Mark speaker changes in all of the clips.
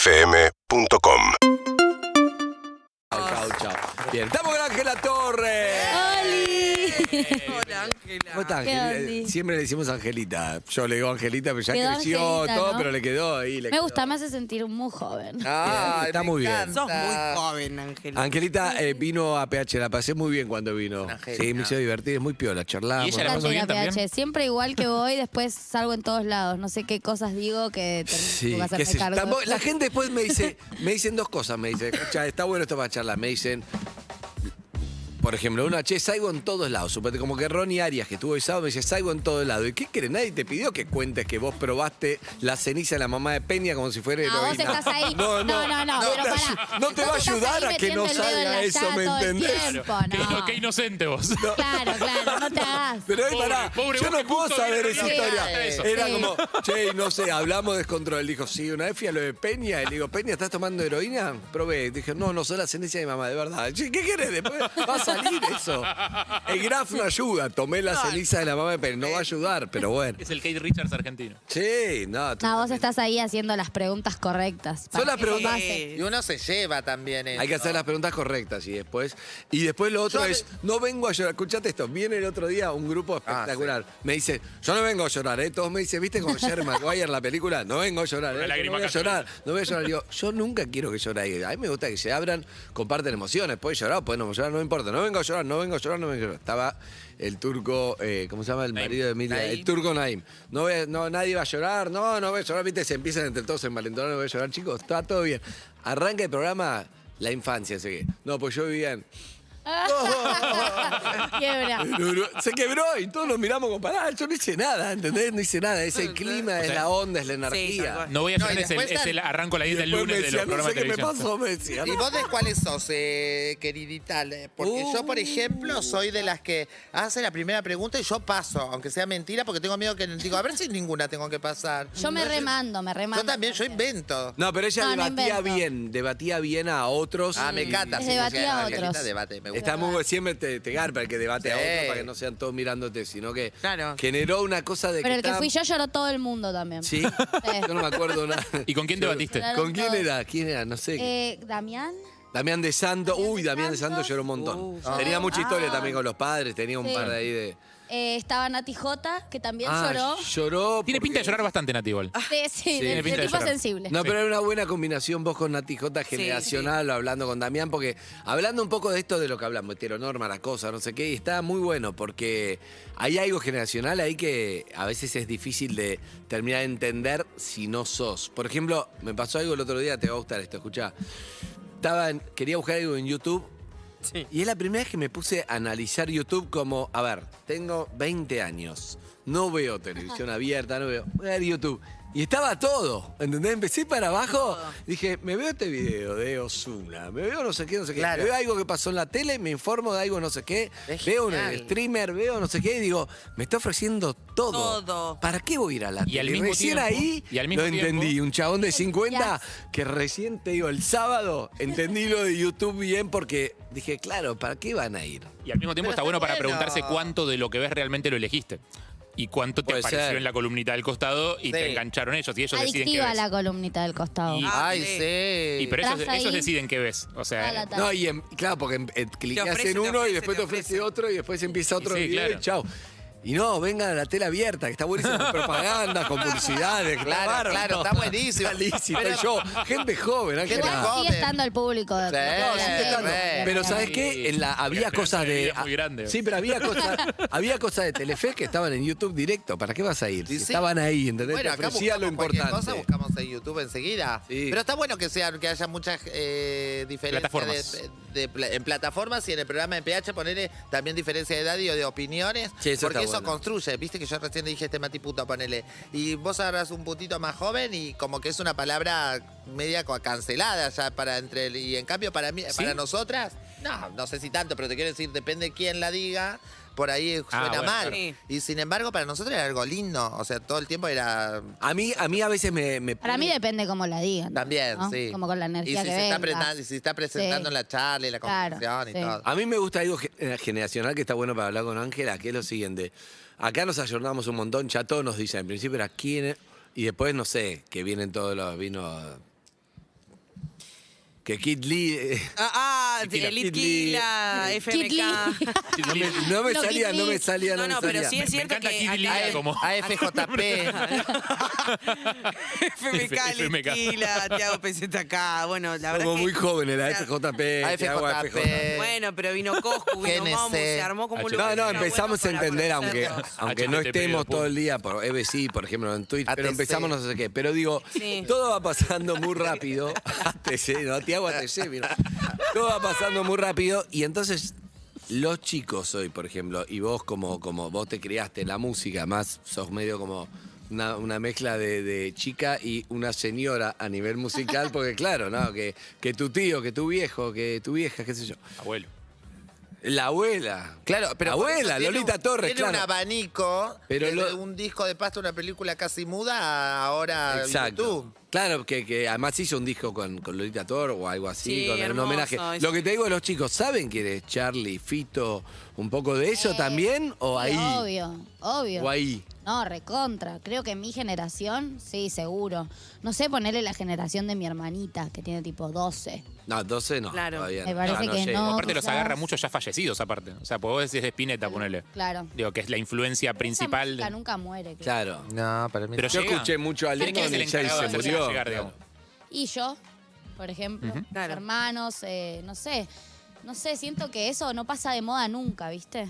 Speaker 1: UrbanaPlayFM.com
Speaker 2: Ah.
Speaker 3: Caucha. Bien, estamos con Ángela Torre.
Speaker 2: ¡Oli!
Speaker 4: Hola, Ángela.
Speaker 3: ¿Cómo está,
Speaker 2: Ah, ¿Qué
Speaker 3: Ángela?
Speaker 2: ondi?
Speaker 3: Siempre le decimos Angelita. Yo le digo Angelita, pero ya
Speaker 2: Quedó
Speaker 3: creció
Speaker 2: Angelita,
Speaker 3: todo,
Speaker 2: ¿no?
Speaker 3: pero le quedó ahí. le
Speaker 2: Me
Speaker 3: quedó.
Speaker 2: gusta, me hace sentir muy joven.
Speaker 3: Ah,
Speaker 4: Ay,
Speaker 3: Está
Speaker 4: me
Speaker 3: muy bien.
Speaker 4: encanta.
Speaker 5: Sos muy joven, Ángela.
Speaker 3: Angelita eh, vino a PH, la pasé muy bien cuando vino.
Speaker 4: una genia.
Speaker 3: Sí, me hizo divertir, es muy piola, charlamos.
Speaker 6: ¿Y ella la pasó bien
Speaker 2: Terapia
Speaker 6: también?
Speaker 2: PH. Siempre igual que voy, después salgo en todos lados. No sé qué cosas digo que tengo
Speaker 3: Sí,
Speaker 2: que hacerme
Speaker 3: qué sé yo.
Speaker 2: cargo.
Speaker 3: Tampoco- la gente después me dice, me dicen dos cosas, me dicen, "Escucha, está bueno esto para charlar, me dicen, por ejemplo, una, che, salgo en todos lados, supete, como que Ronnie Arias, que estuvo el sábado, me dice, salgo en todos lados. ¿Y qué crees? Nadie te pidió que cuentes que vos probaste la ceniza de la mamá de Peña como si fuera
Speaker 2: No, Ah, vos
Speaker 3: heroína.
Speaker 2: estás ahí.
Speaker 3: No, no,
Speaker 2: no, no, pero
Speaker 3: te,
Speaker 2: pará.
Speaker 3: ayu- no te va a
Speaker 2: Vos estás
Speaker 3: ayudar
Speaker 2: ahí
Speaker 3: a que
Speaker 2: metiendo
Speaker 3: no
Speaker 2: el dedo en la
Speaker 3: salga eso,
Speaker 2: llaga
Speaker 3: ¿me
Speaker 2: todo el
Speaker 3: entendés?
Speaker 2: tiempo,
Speaker 6: Qué,
Speaker 2: no.
Speaker 6: qué inocente vos.
Speaker 2: Claro, claro, no te hagas.
Speaker 3: Pero ahí
Speaker 6: Pobre,
Speaker 3: pará,
Speaker 6: pobre,
Speaker 3: yo
Speaker 6: vos
Speaker 3: no
Speaker 6: que
Speaker 3: puedo
Speaker 6: justo
Speaker 3: saber
Speaker 6: viene
Speaker 3: esa
Speaker 2: la
Speaker 3: historia.
Speaker 6: de eso.
Speaker 3: Era
Speaker 2: Sí.
Speaker 3: como, che, no sé, hablamos de descontrol. Dijo, sí, una vez fui a lo de Peña y le digo, Peña, ¿estás tomando heroína? Probé. Dije, no, no soy la ascendencia de mi mamá, de verdad. Che, ¿qué querés? Después va a salir eso. El graf no ayuda. Tomé la ceniza de la mamá de Peña. No va a ayudar, pero bueno.
Speaker 6: Es el Kate Richards argentino.
Speaker 3: Sí, no.
Speaker 2: No, vos
Speaker 3: totalmente.
Speaker 2: estás ahí haciendo las preguntas correctas.
Speaker 3: Son
Speaker 2: para
Speaker 3: las
Speaker 2: que no
Speaker 3: preguntas-
Speaker 2: pase.
Speaker 4: Y uno se lleva también.
Speaker 3: Hay que hacer las preguntas correctas y después. Y después lo otro
Speaker 4: Yo-
Speaker 3: es, no vengo a llorar. Escuchate esto, viene el otro día un grupo espectacular. Me dice, yo no vengo a llorar, ¿eh? Todos me dicen, ¿viste con Jerry Maguire la película? No vengo a llorar,
Speaker 6: Una
Speaker 3: ¿eh? No
Speaker 6: lágrima
Speaker 3: voy a
Speaker 6: católica.
Speaker 3: llorar, no voy a llorar. Digo, yo nunca quiero que lloráis. A mí me gusta que se abran, comparten emociones. Puedes llorar, puedes no llorar, no me importa. No vengo a llorar, no vengo a llorar, no vengo a llorar. Estaba el turco, eh, ¿cómo se llama? El marido de Emilia. El turco Naim. No, voy a- no, nadie va a llorar, no, no voy a llorar. Viste, se empiezan entre todos en Valentón, no voy a llorar, chicos. Está todo bien. Arranca el programa La Infancia, así que. No, pues yo vivía en.
Speaker 2: Quiebra.
Speaker 3: en Uruguay. Se quebró y todos nos miramos como, pará, yo no hice nada, ¿entendés? No hice nada. Es el clima, es la onda, es la
Speaker 5: tal
Speaker 3: energía.
Speaker 5: cual.
Speaker 6: No voy a
Speaker 4: No,
Speaker 6: llorar,
Speaker 4: y
Speaker 6: es, el,
Speaker 4: después
Speaker 6: es
Speaker 4: están-
Speaker 6: el arranco a las 10 del
Speaker 3: Después me
Speaker 6: lunes de
Speaker 3: decía,
Speaker 6: los
Speaker 3: no
Speaker 6: programas
Speaker 3: sé
Speaker 6: de
Speaker 3: qué me
Speaker 6: televisión.
Speaker 3: pasó, me decía.
Speaker 4: ¿Y vos de cuáles sos, eh, queridita? Le- Porque yo,
Speaker 3: Uh.
Speaker 4: por ejemplo, soy de las que hace la primera pregunta y yo paso, aunque sea mentira, porque tengo miedo que... Digo, a ver si ninguna tengo que pasar.
Speaker 2: Yo me remando, me remando.
Speaker 4: Yo también, yo invento.
Speaker 3: No, pero ella
Speaker 2: No, no
Speaker 3: debatía
Speaker 2: invento.
Speaker 3: bien, debatía bien a otros.
Speaker 4: Ah, me
Speaker 3: y-
Speaker 4: encanta.
Speaker 2: Es
Speaker 4: sí,
Speaker 2: debatir
Speaker 4: sí,
Speaker 2: a
Speaker 4: Angelita,
Speaker 2: otros.
Speaker 4: debate, me gusta.
Speaker 3: Está muy bueno, siempre te, te garpa el que debate a
Speaker 4: Sí.
Speaker 3: otro para que no sean todos mirándote, sino que
Speaker 5: Claro.
Speaker 3: generó una cosa de
Speaker 2: Pero el que
Speaker 3: está-
Speaker 2: fui yo lloró todo el mundo también.
Speaker 3: Sí,
Speaker 2: Eh.
Speaker 3: yo no me acuerdo nada.
Speaker 6: ¿Y con quién debatiste?
Speaker 2: Claro.
Speaker 3: ¿Con quién
Speaker 2: todos.
Speaker 3: era? ¿Quién era? No sé.
Speaker 2: Eh, Damián.
Speaker 3: Damián de Santo.
Speaker 2: Damián
Speaker 3: Uy,
Speaker 2: de
Speaker 3: Damián de Santo
Speaker 2: Santos.
Speaker 3: lloró un montón.
Speaker 5: Uh,
Speaker 3: tenía mucha historia
Speaker 2: Ah.
Speaker 3: también con los padres, tenía un
Speaker 2: Sí.
Speaker 3: par de ahí de.
Speaker 2: eh, estaba Nati J, que también
Speaker 3: Ah,
Speaker 2: lloró.
Speaker 3: Lloró.
Speaker 6: Tiene
Speaker 3: porque-
Speaker 6: pinta de llorar bastante, Nati, igual.
Speaker 3: Ah.
Speaker 2: Sí, sí,
Speaker 3: tiene
Speaker 2: de,
Speaker 6: pinta de
Speaker 2: tipo
Speaker 6: llorar.
Speaker 2: sensible.
Speaker 3: No, pero era una buena combinación vos con Nati J generacional, hablando con Damián, porque hablando un poco de esto de lo que hablamos, heteronorma, la cosa, no sé qué, y está muy bueno, porque hay algo generacional ahí que a veces es difícil de terminar de entender si no sos. Por ejemplo, me pasó algo el otro día, te va a gustar esto, escuchá. Estaba en- quería buscar algo en YouTube. Y es la primera vez que me puse a analizar YouTube como, a ver, tengo 20 años, no veo televisión abierta, no veo, voy a ver YouTube. Y estaba todo, ¿entendés? Empecé para abajo, dije, me veo este video de Osuna, me veo no sé qué, no sé qué,
Speaker 4: Claro.
Speaker 3: me veo algo que pasó en la tele, me informo de algo no sé qué,
Speaker 4: Es
Speaker 3: veo un
Speaker 4: genial.
Speaker 3: streamer, veo no sé qué, y digo, me está ofreciendo todo.
Speaker 5: Todo.
Speaker 3: ¿Para qué voy a ir a la
Speaker 6: Y al
Speaker 3: tele?
Speaker 6: mismo
Speaker 3: recién
Speaker 6: tiempo-
Speaker 3: ahí
Speaker 6: y al mismo
Speaker 3: lo
Speaker 6: tiempo-
Speaker 3: entendí, un chabón de 50 que recién te digo el sábado entendí lo de YouTube bien porque dije, claro, ¿para qué van a ir?
Speaker 6: Y al mismo
Speaker 4: Pero
Speaker 6: tiempo está
Speaker 4: está
Speaker 6: bueno para
Speaker 4: bueno.
Speaker 6: preguntarse cuánto de lo que ves realmente lo elegiste. Y cuánto te
Speaker 3: Puede
Speaker 6: apareció
Speaker 3: ser.
Speaker 6: en la columnita del costado y te
Speaker 4: Sí.
Speaker 6: engancharon ellos. Y ellos deciden qué
Speaker 2: Adictiva
Speaker 6: ves.
Speaker 2: la columnita del costado.
Speaker 6: Y-
Speaker 4: Ay,
Speaker 5: Ah, Sí.
Speaker 4: sí.
Speaker 6: Y pero ellos,
Speaker 2: Estás ahí.
Speaker 6: ellos deciden qué ves. O sea,
Speaker 2: Toda la tarde.
Speaker 3: No, y en- claro, porque en- en- clicás
Speaker 5: ofrece,
Speaker 3: en
Speaker 5: te
Speaker 3: uno y
Speaker 5: ofrece,
Speaker 3: después te
Speaker 5: te
Speaker 3: ofrece,
Speaker 5: ofrece.
Speaker 3: otro y después empieza otro
Speaker 6: sí,
Speaker 3: video
Speaker 6: claro.
Speaker 3: y chao. Y no, vengan a la tela abierta, que está buenísimo con propaganda, con publicidades,
Speaker 4: Claro,
Speaker 3: bárbaro.
Speaker 4: claro, está buenísimo.
Speaker 3: Está lícito, yo, gente joven, Ángela.
Speaker 4: Gente
Speaker 2: Igual
Speaker 4: joven.
Speaker 2: sigue estando el público. de-
Speaker 4: Sí,
Speaker 3: No, sigue estando.
Speaker 4: re.
Speaker 3: Pero ¿sabes
Speaker 6: Sí.
Speaker 3: qué? En la,
Speaker 6: La
Speaker 3: había
Speaker 6: esperanza
Speaker 3: cosas
Speaker 6: de
Speaker 3: de.
Speaker 6: vida es muy grande.
Speaker 3: Sí, pero había cosas, había cosas de Telefe que estaban en YouTube directo. ¿Para qué vas a ir? Si
Speaker 4: Sí, sí.
Speaker 3: estaban ahí, ¿entendés?
Speaker 4: Bueno,
Speaker 3: Te
Speaker 4: acá
Speaker 3: ofrecía
Speaker 4: buscamos
Speaker 3: lo
Speaker 4: cualquier
Speaker 3: importante.
Speaker 4: cosa, buscamos en YouTube enseguida.
Speaker 3: Sí.
Speaker 4: Pero está bueno que sea, que haya muchas eh, diferencias
Speaker 6: Plataformas.
Speaker 4: de- de pla- en plataformas y en el programa de PH ponerle también diferencia de edad y o de opiniones.
Speaker 3: Sí, eso
Speaker 4: porque
Speaker 3: está
Speaker 4: eso
Speaker 3: bueno.
Speaker 4: construye. Viste que yo recién le dije este mati puto, ponele. Y vos agarras un putito más joven y como que es una palabra media co- cancelada ya para entre el- y en cambio para mí, para nosotras, no, no sé si tanto, pero te quiero decir, depende quién la diga. Por ahí
Speaker 6: Ah,
Speaker 4: suena
Speaker 6: bueno,
Speaker 4: mal.
Speaker 5: claro.
Speaker 4: Y sin embargo, para nosotros era algo lindo. O sea, todo el tiempo era
Speaker 3: A mí, a mí a veces me. me
Speaker 2: Para mí depende cómo la digan.
Speaker 4: También,
Speaker 2: ¿no?
Speaker 4: sí.
Speaker 2: Como con la energía
Speaker 4: y si
Speaker 2: que
Speaker 4: se está
Speaker 2: venga.
Speaker 4: presen- y si está
Speaker 2: Sí.
Speaker 4: presentando en la charla y la
Speaker 2: Claro,
Speaker 4: conversación y
Speaker 2: sí.
Speaker 6: Ah,
Speaker 4: todo.
Speaker 3: A mí me gusta algo ge- eh, generacional que está bueno para hablar con Ángela, que es lo siguiente. Acá nos ayornamos un montón, ya todos nos dicen, en principio era quién es- Y después, no sé, que vienen todos los vinos. Que Kid Lee. eh,
Speaker 5: Ah, ah
Speaker 6: Kid Lee.
Speaker 5: Elite
Speaker 3: Kid Lee.
Speaker 5: Kila,
Speaker 2: Kid Lee.
Speaker 5: FMK.
Speaker 3: No me, no me
Speaker 2: No, Kid
Speaker 3: salía, no me
Speaker 2: Lee.
Speaker 3: salía, no,
Speaker 5: No,
Speaker 3: me
Speaker 5: no, pero
Speaker 3: salía.
Speaker 5: sí es
Speaker 6: Me
Speaker 5: cierto
Speaker 6: encanta
Speaker 5: que
Speaker 6: Kid
Speaker 5: acá-
Speaker 6: Lee como
Speaker 4: AFJP.
Speaker 5: FMK,
Speaker 6: FMK.
Speaker 5: Litquila, Tiago PZK. Bueno, la verdad
Speaker 3: Somos
Speaker 5: que-
Speaker 3: muy jóvenes, la FJP. te hago AFJP.
Speaker 4: AFJP.
Speaker 5: Bueno, pero vino Coscu, vino
Speaker 4: GNC.
Speaker 5: Momu, se armó como un
Speaker 3: No,
Speaker 5: lugar
Speaker 3: no,
Speaker 5: bueno
Speaker 3: empezamos a
Speaker 5: para
Speaker 3: entender, aunque,
Speaker 5: conocernos.
Speaker 3: aunque no
Speaker 6: HTTP,
Speaker 3: estemos
Speaker 6: punto.
Speaker 3: todo el día por EBC, por ejemplo, en Twitch, pero
Speaker 4: ATC.
Speaker 3: empezamos no sé qué. Pero digo,
Speaker 5: Sí.
Speaker 3: todo va pasando muy rápido. ATC, no, te hago ATC, mira. Todo va pasando muy rápido y entonces los chicos hoy, por ejemplo, y vos como, como vos te criaste en la música, más sos medio como... Una, una mezcla de, de chica y una señora a nivel musical, porque claro, ¿no? Que, que tu tío, que tu viejo, que tu vieja, qué sé yo.
Speaker 6: Abuelo.
Speaker 3: La abuela. Claro, pero.
Speaker 4: por eso
Speaker 3: Abuela,
Speaker 4: tiene
Speaker 3: Lolita
Speaker 4: un-
Speaker 3: Torres,
Speaker 4: tiene
Speaker 3: claro.
Speaker 4: un abanico
Speaker 3: Pero
Speaker 4: desde
Speaker 3: lo-
Speaker 4: un disco de pasta, una película casi muda, a ahora YouTube.
Speaker 3: Claro, que, que además hizo un disco con, con Lolita Torres o algo así,
Speaker 5: Sí,
Speaker 3: con un
Speaker 5: hermoso,
Speaker 3: homenaje.
Speaker 5: es-
Speaker 3: Lo que te digo de los chicos, ¿saben quién es Charlie, Fito? ¿Un poco de eso
Speaker 2: Eh,
Speaker 3: también? ¿O ahí?
Speaker 2: Obvio, obvio.
Speaker 3: ¿O ahí?
Speaker 2: No, recontra. Creo que mi generación, sí, seguro. No sé, ponerle la generación de mi hermanita, que tiene tipo 12.
Speaker 3: No, 12 no.
Speaker 5: Claro.
Speaker 3: todavía
Speaker 2: Me
Speaker 3: no.
Speaker 2: parece que
Speaker 3: llega.
Speaker 2: no.
Speaker 6: Aparte los
Speaker 2: quizás.
Speaker 6: agarra muchos ya fallecidos, aparte. O sea, pues vos decís de Spinetta, ponele.
Speaker 2: Claro.
Speaker 6: Digo, que es la influencia principal.
Speaker 2: Esa música
Speaker 6: de-
Speaker 2: nunca muere. creo.
Speaker 3: Claro.
Speaker 4: No, para mí.
Speaker 6: Pero
Speaker 3: Yo
Speaker 6: llega.
Speaker 3: escuché mucho a
Speaker 6: ¿Quién
Speaker 3: Lennon
Speaker 6: es el
Speaker 3: y ya y
Speaker 6: encargado
Speaker 3: se
Speaker 6: de hacer
Speaker 3: murió.
Speaker 6: llegar, digamos?
Speaker 2: Y yo, por ejemplo, mis
Speaker 5: Claro.
Speaker 2: hermanos, eh, no sé. No sé, siento que eso no pasa de moda nunca, ¿viste?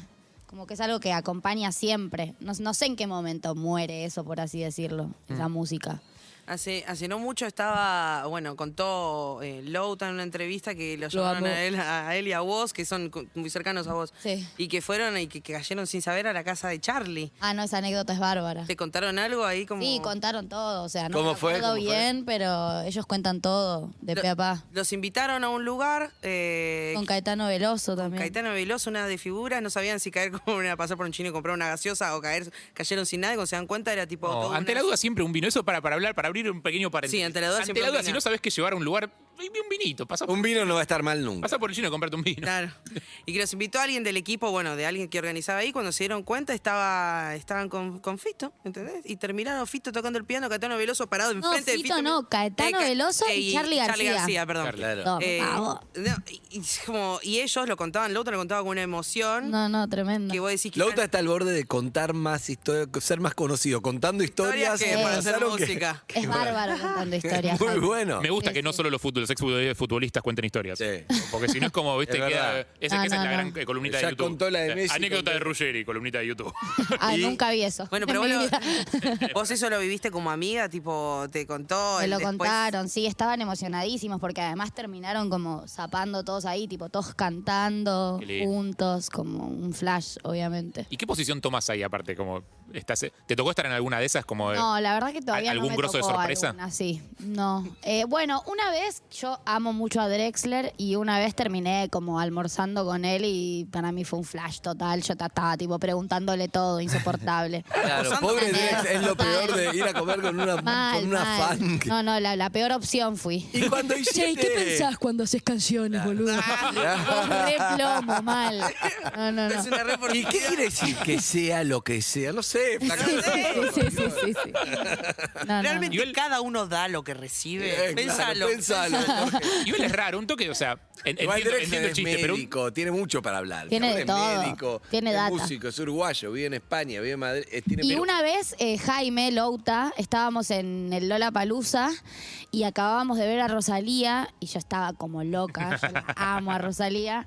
Speaker 2: Como que es algo que acompaña siempre. No, no sé en qué momento muere eso, por así decirlo, esa
Speaker 3: Mm.
Speaker 2: música.
Speaker 5: Hace, hace no mucho estaba, bueno, contó eh, Louta en una entrevista que lo llamaron
Speaker 2: amo.
Speaker 5: a él, a él y a vos, que son cu- muy cercanos a vos.
Speaker 2: Sí.
Speaker 5: Y que fueron y que, que cayeron sin saber a la casa de Charlie.
Speaker 2: Ah, no, esa anécdota es bárbara.
Speaker 5: ¿Te contaron algo ahí como?
Speaker 2: Sí, contaron todo, o sea, no
Speaker 3: ¿Cómo
Speaker 2: me
Speaker 3: fue?
Speaker 2: acuerdo
Speaker 3: ¿Cómo fue?
Speaker 2: bien, pero ellos cuentan todo, de
Speaker 5: Lo-
Speaker 2: pe a pa.
Speaker 5: Los invitaron a un lugar. eh,
Speaker 2: Con Caetano Veloso también.
Speaker 5: Caetano Veloso, una de figuras, no sabían si caer como una, pasar por un chino y comprar una gaseosa o caer, cayeron sin nada, y cuando se dan cuenta era tipo.
Speaker 6: No,
Speaker 5: todo
Speaker 6: ante
Speaker 5: una-
Speaker 6: la duda siempre un vino. Eso para, para hablar, para abrir un pequeño paréntesis.
Speaker 5: Sí, ante la duda siempre un
Speaker 6: si
Speaker 5: vino.
Speaker 6: no sabes qué llevar a un lugar, bebe un vinito. Pasa,
Speaker 3: Un vino no va a estar mal nunca.
Speaker 6: pasa por el chino y comprarte un vino.
Speaker 5: Claro. Y que los invitó alguien del equipo, bueno, de alguien que organizaba ahí. Cuando se dieron cuenta, estaba, estaban con, con Fito, ¿entendés? Y terminaron Fito tocando el piano, Caetano Veloso parado
Speaker 2: No,
Speaker 5: enfrente de
Speaker 2: Fito
Speaker 5: Fito. Eh,
Speaker 2: no, Caetano
Speaker 5: Ca-
Speaker 2: Veloso y Charly
Speaker 5: Charly
Speaker 2: García.
Speaker 5: García, perdón.
Speaker 6: Charly.
Speaker 3: Claro.
Speaker 2: Toma,
Speaker 5: Eh,
Speaker 2: pavo.
Speaker 5: no, y, y es como- y ellos lo contaban, Louta lo contaba con una emoción
Speaker 2: No, no, tremendo.
Speaker 5: que vos decís que
Speaker 3: Lauta está al borde de contar más historias, ser más conocido, contando historias.
Speaker 5: que para hacer
Speaker 3: pensaron que-
Speaker 5: música.
Speaker 2: es bárbaro contando historias.
Speaker 3: Muy bueno.
Speaker 6: Me gusta
Speaker 2: Sí,
Speaker 6: que no
Speaker 2: sí.
Speaker 6: solo los, futbol- los ex futbolistas cuenten historias.
Speaker 3: Sí.
Speaker 6: Porque si no es como, viste,
Speaker 3: Es
Speaker 6: queda.
Speaker 3: verdad.
Speaker 6: Esa,
Speaker 2: No,
Speaker 6: esa
Speaker 2: no,
Speaker 6: es la
Speaker 2: no.
Speaker 6: gran eh, columnita
Speaker 3: Ya
Speaker 6: de YouTube.
Speaker 3: contó la de Messi,
Speaker 6: Anécdota
Speaker 3: contó-
Speaker 6: de Ruggeri, columnita de YouTube.
Speaker 2: Ah,
Speaker 3: Y-
Speaker 2: nunca vi eso.
Speaker 5: Bueno, pero
Speaker 2: en
Speaker 5: vos,
Speaker 2: mi
Speaker 5: lo-
Speaker 2: vida.
Speaker 5: vos eso lo viviste como amiga, tipo, te contó.
Speaker 2: Me
Speaker 5: el
Speaker 2: lo
Speaker 5: después-
Speaker 2: contaron, sí, estaban emocionadísimos porque además terminaron como zapando todos ahí, tipo todos cantando
Speaker 6: Qué lindo.
Speaker 2: juntos, como un flash, obviamente.
Speaker 6: ¿Y qué posición tomas ahí aparte? Como estás, eh, ¿Te tocó estar en alguna de esas? Como, eh,
Speaker 2: No, la verdad que todavía
Speaker 6: ¿Algún
Speaker 2: no me
Speaker 6: grosso de
Speaker 2: tocó
Speaker 6: sorpresa?
Speaker 2: alguna, sí, no. Eh, bueno, una vez yo amo mucho a Drexler y una vez terminé como almorzando con él y para mí fue un flash total. Yo ta- estaba tipo preguntándole todo, insoportable.
Speaker 3: Claro,
Speaker 5: Posando
Speaker 3: pobre
Speaker 5: con
Speaker 3: Drex,
Speaker 2: él.
Speaker 3: es lo peor de ir a comer con una,
Speaker 2: Mal,
Speaker 3: con una
Speaker 2: mal.
Speaker 3: fan. que-
Speaker 2: No, no, la, la peor opción fui.
Speaker 3: Y cuando hiciste...
Speaker 2: cuando haces canciones, boludo? re plomo, mal. No, no, no.
Speaker 5: Es una re por-
Speaker 3: ¿Y qué quiere decir que sea lo que sea? No sé. flaca.
Speaker 2: Sí, sí, sí, sí, sí. No, no,
Speaker 5: Realmente
Speaker 6: Igual-
Speaker 5: cada uno da lo que recibe.
Speaker 3: Eh,
Speaker 5: Pensalo.
Speaker 3: claro, pensalo. Jorge.
Speaker 6: Y él es raro, un toque, o sea, en-
Speaker 3: Igual
Speaker 6: entiendo,
Speaker 3: Drexler
Speaker 6: entiendo el
Speaker 3: es
Speaker 6: chiste, pero un-
Speaker 3: médico, tiene mucho para hablar.
Speaker 2: Tiene
Speaker 3: Ahora
Speaker 2: de
Speaker 3: es
Speaker 2: todo.
Speaker 3: médico,
Speaker 2: Tiene
Speaker 3: es
Speaker 2: data.
Speaker 3: músico, es uruguayo, vive en España, vive en Madrid. eh, tiene-
Speaker 2: Y
Speaker 3: pero-
Speaker 2: una vez, eh, Jaime Louta, estábamos en el Lola Palusa y acabábamos de ver a Rosalía, y yo estaba como loca, yo la amo a Rosalía.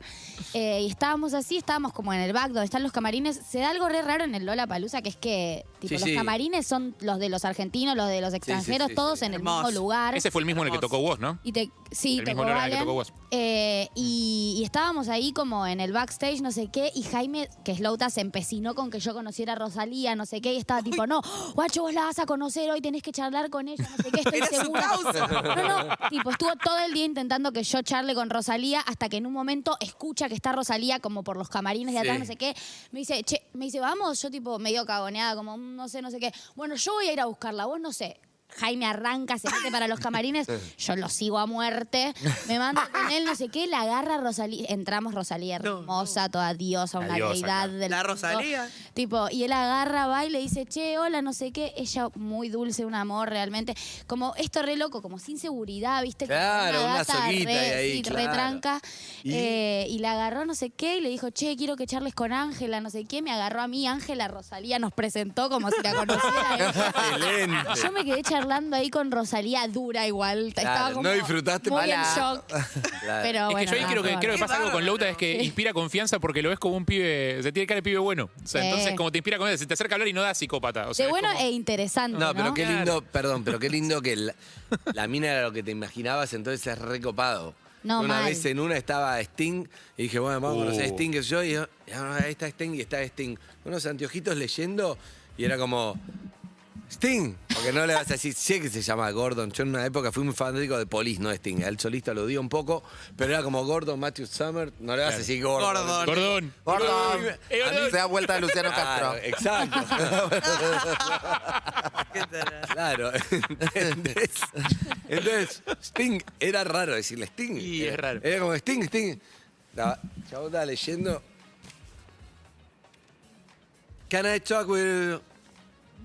Speaker 2: eh, y estábamos así, estábamos como en el back donde están los camarines. Se da algo re raro en el Lola Palusa, que es que tipo,
Speaker 3: Sí,
Speaker 2: los
Speaker 3: sí.
Speaker 2: camarines son los de los argentinos, los de los extranjeros,
Speaker 3: sí,
Speaker 2: todos
Speaker 3: sí.
Speaker 2: en el
Speaker 5: Hermoso.
Speaker 2: mismo lugar.
Speaker 6: ese fue el mismo en el que tocó vos, ¿no?
Speaker 2: Y te, sí,
Speaker 6: El
Speaker 2: tocó
Speaker 6: mismo olor al que
Speaker 2: Valen.
Speaker 6: tocó Mm. vos.
Speaker 2: Eh, y, y estábamos ahí como en el backstage, no sé qué, y Jaime, que es Louta, se empecinó con que yo conociera a Rosalía, no sé qué, y estaba tipo, no, guacho, vos la vas a conocer hoy, tenés que charlar con ella, no sé qué, estoy
Speaker 5: Era su
Speaker 2: segura.
Speaker 5: causa.
Speaker 2: No, no, tipo, estuvo todo el día intentando que yo charle con Rosalía, hasta que en un momento escucha que está Rosalía como por los camarines de atrás,
Speaker 3: Sí.
Speaker 2: no sé qué. Me dice, che, me dice, vamos, yo tipo medio cagoneada, como "Mm, no sé, no sé qué. Bueno, yo voy a ir a buscarla, vos no sé. Jaime arranca, se mete para los camarines, yo lo sigo a muerte, me manda con él, no sé qué, la agarra Rosalía, entramos Rosalía
Speaker 5: No,
Speaker 2: hermosa, toda diosa,
Speaker 6: La
Speaker 2: una
Speaker 6: diosa,
Speaker 2: deidad
Speaker 6: claro.
Speaker 2: del
Speaker 5: La
Speaker 2: mundo.
Speaker 5: Rosalía.
Speaker 2: Tipo, y él agarra, va y le dice, che, hola, no sé qué. Ella muy dulce, un amor realmente. Como esto re loco, como sin seguridad, ¿viste? Como
Speaker 3: Claro, una
Speaker 2: gata
Speaker 3: soguita
Speaker 2: re,
Speaker 3: ahí,
Speaker 2: sí, re
Speaker 3: claro.
Speaker 2: tranca.
Speaker 3: ¿Y?
Speaker 2: ¿Y? y la agarró, no sé qué, y le dijo, che, quiero que charles con Ángela, no sé qué. Me agarró a mí, Ángela Rosalía nos presentó como si la conociera.
Speaker 3: Excelente.
Speaker 2: Yo me quedé charlando ahí con Rosalía dura igual. Estaba
Speaker 3: Claro,
Speaker 2: como
Speaker 3: no disfrutaste
Speaker 2: muy
Speaker 3: para-
Speaker 2: en shock.
Speaker 3: Claro.
Speaker 2: Pero
Speaker 6: Es que
Speaker 2: Ah, bueno,
Speaker 6: yo ahí creo que,
Speaker 2: nada,
Speaker 6: creo que
Speaker 5: Qué
Speaker 6: pasa algo con
Speaker 5: bárbaro.
Speaker 6: Louta, es que inspira confianza porque lo ves como un pibe, se tiene cara de pibe bueno. O sea,
Speaker 2: Sí.
Speaker 6: entonces como te inspira confianza, se te acerca a hablar y no da psicópata. O sea,
Speaker 2: De
Speaker 6: es
Speaker 2: bueno
Speaker 6: como-
Speaker 2: e interesante, ¿no?
Speaker 3: No, pero qué
Speaker 6: Claro.
Speaker 3: lindo, perdón, pero qué lindo que la, la mina era lo que te imaginabas, entonces es recopado.
Speaker 2: No,
Speaker 3: una
Speaker 2: mal.
Speaker 3: vez en una estaba Sting y dije, bueno, vamos a conocer a
Speaker 6: Uh.
Speaker 3: Sting, que yo, y yo, y ahora ahí está Sting y está Sting. Unos anteojitos leyendo y era como, Sting, porque no le vas a decir, sé que se llama Gordon. Yo en una época fui muy fanático de Police, no de Sting. Al solista lo dio un poco, pero era como Gordon, Matthew Summer, no le vas a decir Gordon.
Speaker 5: Gordon.
Speaker 6: Gordón.
Speaker 4: Gordon,
Speaker 6: Eh,
Speaker 4: a mí se da vuelta de Luciano
Speaker 3: Claro,
Speaker 4: Castro.
Speaker 3: exacto.
Speaker 5: ¿Qué tal?
Speaker 3: Claro, ¿entendés? Entonces, Sting, era raro decirle Sting.
Speaker 6: Y es
Speaker 3: Era-
Speaker 6: raro.
Speaker 3: Era como Sting, Sting. La chabón estaba leyendo. Can I talk with...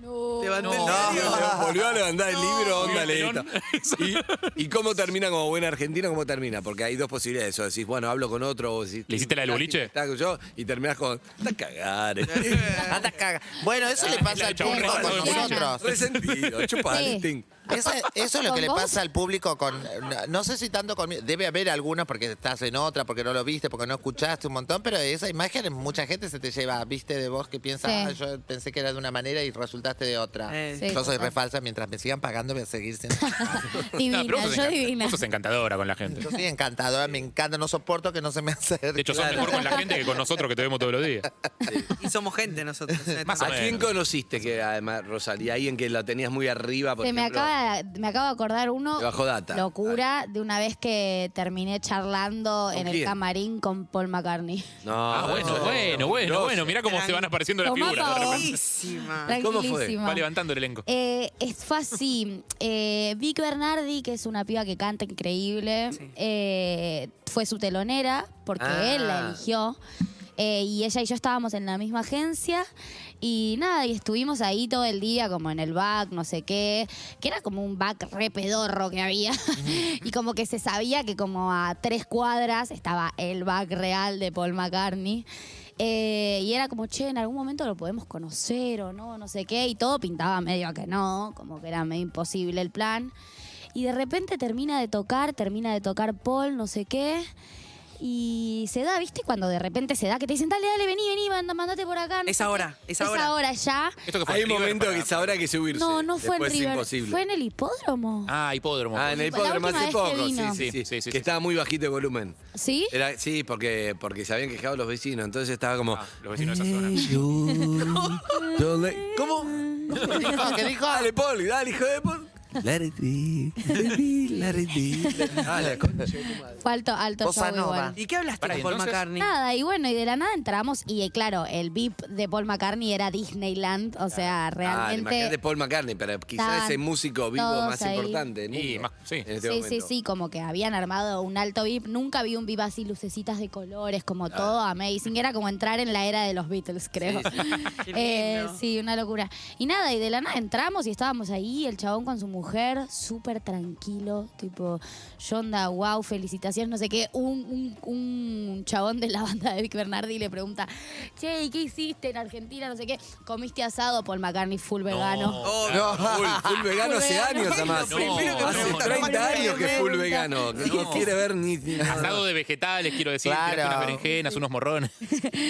Speaker 2: No.
Speaker 5: Levanté el
Speaker 6: No.
Speaker 5: diario.
Speaker 3: volvió a levantar el libro, onda,
Speaker 6: Vio el
Speaker 3: leíta. ¿Y, ¿Y cómo termina como buen argentino? ¿Cómo termina? Porque hay dos posibilidades. O decís, bueno, hablo con otro. O decís,
Speaker 6: ¿Le hiciste la del boliche?
Speaker 3: "Está con yo", y terminás con, está cagar.
Speaker 4: Anda, caga. Bueno, eso le pasa
Speaker 6: el
Speaker 4: al
Speaker 6: chabón
Speaker 4: público
Speaker 2: re
Speaker 4: con
Speaker 2: pasado de boliche.
Speaker 4: nosotros.
Speaker 3: Resentido, chupale,
Speaker 2: Sí.
Speaker 3: Sting.
Speaker 4: Eso, eso es lo
Speaker 2: ¿Con
Speaker 4: que le
Speaker 2: vos?
Speaker 4: pasa al público con. No sé si tanto conmigo. Debe haber algunos porque estás en otra, porque no lo viste, porque no escuchaste un montón, pero esa imagen mucha gente se te lleva, viste, de vos que piensas,
Speaker 2: Sí.
Speaker 4: "Ah, yo pensé que era de una manera y resultaste de otra.
Speaker 5: Eh.
Speaker 2: Sí,
Speaker 4: yo soy
Speaker 2: total.
Speaker 4: re falsa, mientras me sigan pagando voy a seguir siendo.
Speaker 2: divina,
Speaker 6: No, pero vos sos
Speaker 2: yo
Speaker 6: encanta-
Speaker 2: e divina.
Speaker 6: Vos sos encantadora con la gente.
Speaker 4: Yo soy encantadora, me encanta, no soporto que no se me acerque.
Speaker 6: De hecho, sos mejor con la gente que con nosotros que te vemos todos los días.
Speaker 3: Ah,
Speaker 5: Y somos gente nosotros. este
Speaker 6: Más o
Speaker 3: ¿A
Speaker 6: menos.
Speaker 3: quién conociste que además, Rosalía? Alguien que la tenías muy arriba, por
Speaker 2: Se me
Speaker 3: ejemplo?
Speaker 2: acaba, me acabo de acordar uno.
Speaker 3: Te bajó data.
Speaker 2: Locura de una vez que terminé charlando en el
Speaker 3: quién?
Speaker 2: camarín con Paul McCartney.
Speaker 3: No,
Speaker 6: Ah, bueno,
Speaker 3: no,
Speaker 6: bueno,
Speaker 3: no,
Speaker 6: bueno,
Speaker 3: no.
Speaker 6: bueno. Mirá cómo se van apareciendo las
Speaker 2: Tomá
Speaker 6: figuras. de
Speaker 2: favor.
Speaker 6: repente.
Speaker 5: Buenísima.
Speaker 3: ¿Y Ah, cómo fue?
Speaker 2: Tranquilísima.
Speaker 6: Va levantando el elenco.
Speaker 2: Eh, es, fue así. Eh, Vic Bernardi, que es una piba que canta increíble,
Speaker 5: Sí.
Speaker 2: eh, fue su telonera porque
Speaker 3: Ah.
Speaker 2: él la eligió. Eh, y ella y yo estábamos en la misma agencia y nada, y estuvimos ahí todo el día como en el back, no sé qué, que era como un back re pedorro que había. y como que se sabía que como a tres cuadras estaba el back real de Paul McCartney. Eh, y era como, che, en algún momento lo podemos conocer o no, no sé qué, y todo pintaba medio a que no, como que era medio imposible el plan. Y de repente termina de tocar, termina de tocar Paul, no sé qué. Y se da, ¿viste? Cuando de repente se da, que te dicen, dale, dale, vení, vení, manda- mandate por acá. no
Speaker 5: Es
Speaker 2: sé
Speaker 5: ahora,
Speaker 2: qué.
Speaker 5: es ahora.
Speaker 2: ya.
Speaker 6: Esto que fue
Speaker 3: Hay
Speaker 6: en
Speaker 3: un
Speaker 6: River
Speaker 3: momento
Speaker 6: para-
Speaker 3: que sabrá que subirse.
Speaker 2: No, no fue en
Speaker 3: Después es
Speaker 2: River.
Speaker 3: imposible.
Speaker 2: Fue en el hipódromo.
Speaker 6: Ah, hipódromo.
Speaker 3: Ah, en el
Speaker 2: La última
Speaker 3: hipódromo hace
Speaker 2: vez que
Speaker 3: poco, sí,
Speaker 2: vino.
Speaker 3: sí, sí,
Speaker 6: Sí, sí, sí,
Speaker 3: que
Speaker 6: sí.
Speaker 3: estaba muy bajito de volumen.
Speaker 2: ¿Sí?
Speaker 3: Era, sí, porque, porque se habían quejado los vecinos, entonces estaba como...
Speaker 6: Ah, los vecinos de esa zona.
Speaker 3: Don't let- ¿Cómo? ¿Qué dijo? ¿Qué dijo? Dale, Paul, dale, hijo de Paul. Let it be, let it be, let it be. Ah, la concha de tu madre.
Speaker 2: Fue alto, alto
Speaker 4: Bossa
Speaker 2: show
Speaker 4: nova.
Speaker 2: igual.
Speaker 5: ¿Y qué hablaste
Speaker 6: Pará,
Speaker 5: con Paul
Speaker 6: entonces-
Speaker 5: McCartney?
Speaker 2: Nada, y bueno, y de la nada entramos y eh, claro, el VIP de Paul McCartney era Disneyland, o sea,
Speaker 3: Ah,
Speaker 2: realmente...
Speaker 3: imagínate Paul McCartney, pero quizás
Speaker 2: Estaban
Speaker 3: ese músico vivo
Speaker 2: todos
Speaker 3: más
Speaker 2: ahí.
Speaker 3: importante. del
Speaker 6: Y
Speaker 3: mundo
Speaker 6: más- sí.
Speaker 3: en este
Speaker 2: Sí, sí,
Speaker 3: momento.
Speaker 2: sí, como que habían armado un alto VIP. Nunca vi un VIP así, lucecitas de colores, como todo amazing. Era como entrar en la era de los Beatles, creo.
Speaker 5: Qué
Speaker 2: Eh,
Speaker 5: lindo.
Speaker 2: sí, una locura. Y nada, y de la nada entramos y estábamos ahí, el chabón con su mujer, súper tranquilo, tipo, Yonda, wow, felicitaciones, no sé qué. Un, un- un chabón de la banda de Vic Bernardi le pregunta, che, ¿y qué hiciste en Argentina? No sé qué. ¿Comiste asado? Paul McCartney, full vegano.
Speaker 5: Oh,
Speaker 3: No, full, full vegano
Speaker 2: Full
Speaker 3: hace
Speaker 2: vegano.
Speaker 3: años, además.
Speaker 5: No, primero que
Speaker 3: hace
Speaker 6: no,
Speaker 3: 30
Speaker 6: no.
Speaker 3: años que full
Speaker 2: No.
Speaker 3: vegano. que No, quiere ver ni. ni-
Speaker 6: Asado de vegetales, quiero decir,
Speaker 4: Claro.
Speaker 6: tiraste unas berenjenas, unos morrones.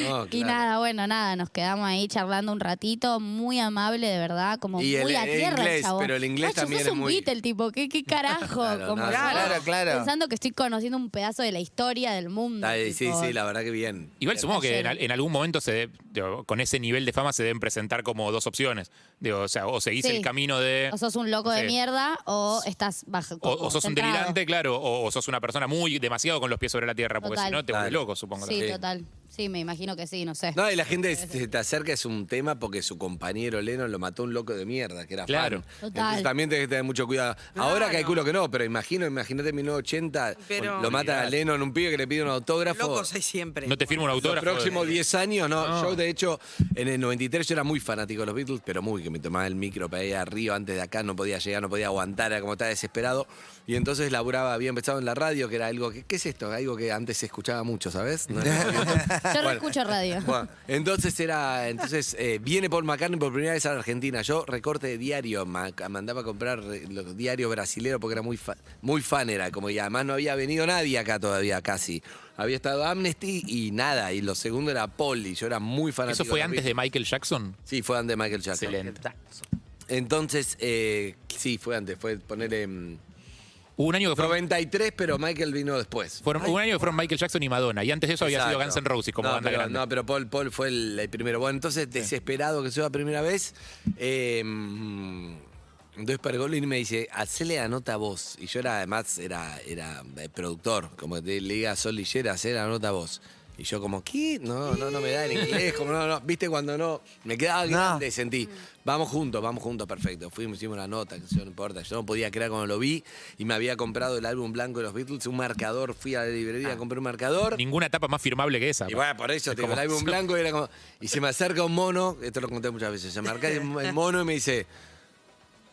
Speaker 3: No,
Speaker 2: Y
Speaker 3: claro.
Speaker 2: nada, bueno, nada, nos quedamos ahí charlando un ratito, muy amable, de verdad, como
Speaker 3: Y el-
Speaker 2: muy a
Speaker 3: el
Speaker 2: tierra
Speaker 3: inglés,
Speaker 2: el chabón.
Speaker 3: pero el inglés
Speaker 2: Nacho,
Speaker 3: también
Speaker 2: sos
Speaker 3: es
Speaker 2: un
Speaker 3: muy-
Speaker 2: Beatle, tipo, ¿qué, qué carajo?
Speaker 3: Claro,
Speaker 2: como
Speaker 3: no,
Speaker 2: yo,
Speaker 4: claro, claro.
Speaker 2: Pensando que estoy conociendo un pedazo de la historia del mundo.
Speaker 3: Está ahí, Sí,
Speaker 2: tipo.
Speaker 3: sí, la verdad que bien.
Speaker 6: Igual
Speaker 3: Bien.
Speaker 6: supongo que en, al- en algún momento se de- digo, con ese nivel de fama se deben presentar como dos opciones. Digo, o sea, o seguís
Speaker 2: Sí.
Speaker 6: el camino de.
Speaker 2: O sos un loco de
Speaker 6: Sí.
Speaker 2: mierda o estás bajo.
Speaker 6: O,
Speaker 2: como
Speaker 6: o sos un
Speaker 2: centrado.
Speaker 6: delirante, claro, o, o sos una persona muy demasiado con los pies sobre la tierra, porque
Speaker 2: Total.
Speaker 6: si no te vuelves
Speaker 3: Claro.
Speaker 6: loco, supongo.
Speaker 2: Sí,
Speaker 6: también.
Speaker 2: total. Sí, me imagino que sí, no sé.
Speaker 3: No, y la gente se te acerca, es un tema porque su compañero Lennon lo mató un loco de mierda, que era
Speaker 6: Claro.
Speaker 3: fan.
Speaker 2: Total.
Speaker 3: Entonces también tenés que tener mucho cuidado. Ahora
Speaker 5: Claro.
Speaker 3: calculo que no, pero imagino, imagínate en 1980,
Speaker 5: Pero-
Speaker 3: lo mata a Lennon un pibe que le pide un autógrafo.
Speaker 5: Locos hay siempre.
Speaker 6: No te firmo un
Speaker 3: Los
Speaker 6: autógrafo.
Speaker 3: próximos
Speaker 6: de-
Speaker 3: 10 años, no.
Speaker 6: No.
Speaker 3: Yo, de hecho, en el 93 yo era muy fanático de los Beatles, pero muy, que me tomaba el micro para ir arriba antes de acá, no podía llegar, no podía aguantar, era como estaba desesperado. Y entonces laburaba, había empezado en la radio, que era algo que, ¿qué es esto? Algo que antes se escuchaba mucho, ¿sabes? No era algo que-
Speaker 2: Yo no
Speaker 3: Bueno.
Speaker 2: escucho radio.
Speaker 3: Bueno, entonces era, entonces eh, viene Paul McCartney por primera vez a la Argentina. Yo recorte de diario, ma- mandaba a comprar eh, los diarios brasileros porque era muy fan, muy fan era, como y además no había venido nadie acá todavía casi. Había estado Amnesty y nada, y lo segundo era Paul y yo era muy fanático.
Speaker 6: ¿Eso fue
Speaker 3: los
Speaker 6: antes de
Speaker 3: Beatles.
Speaker 6: Michael Jackson?
Speaker 3: Sí, fue antes de Michael Jackson.
Speaker 6: Excelente.
Speaker 3: Entonces, eh, sí, fue antes, fue ponerle mm,
Speaker 6: Hubo un año que fueron,
Speaker 3: 93, pero Michael vino después.
Speaker 6: fueron- hubo un año que fueron Michael Jackson y Madonna. Y antes de eso había sido
Speaker 3: Exacto.
Speaker 6: Guns N' Roses como
Speaker 3: no,
Speaker 6: banda
Speaker 3: pero,
Speaker 6: grande.
Speaker 3: No, pero Paul, Paul fue el, el primero. Bueno, entonces, desesperado que soy la primera vez, eh, entonces Pergolini me dice, hacele la nota a vos. Y yo era, además, era, era eh, productor, como te le diga Sol Lillera, hacele la nota a vos. Y yo como, ¿qué? No, no, no me da en inglés, como no, no. Viste cuando no, me quedaba grande, sentí. Vamos juntos, vamos juntos, perfecto. Fuimos, hicimos la nota, que eso no importa. Yo no podía creer cuando lo vi y me había comprado el álbum blanco de los Beatles, un marcador, fui a la librería,
Speaker 6: Ah.
Speaker 3: compré un marcador.
Speaker 6: Ninguna etapa más firmable que esa.
Speaker 3: Y bueno, por eso,
Speaker 6: Ah, Es
Speaker 3: te digo,
Speaker 6: como-
Speaker 3: el álbum blanco era como. Y se me acerca un mono, esto lo conté muchas veces, se me acerca el mono y me dice: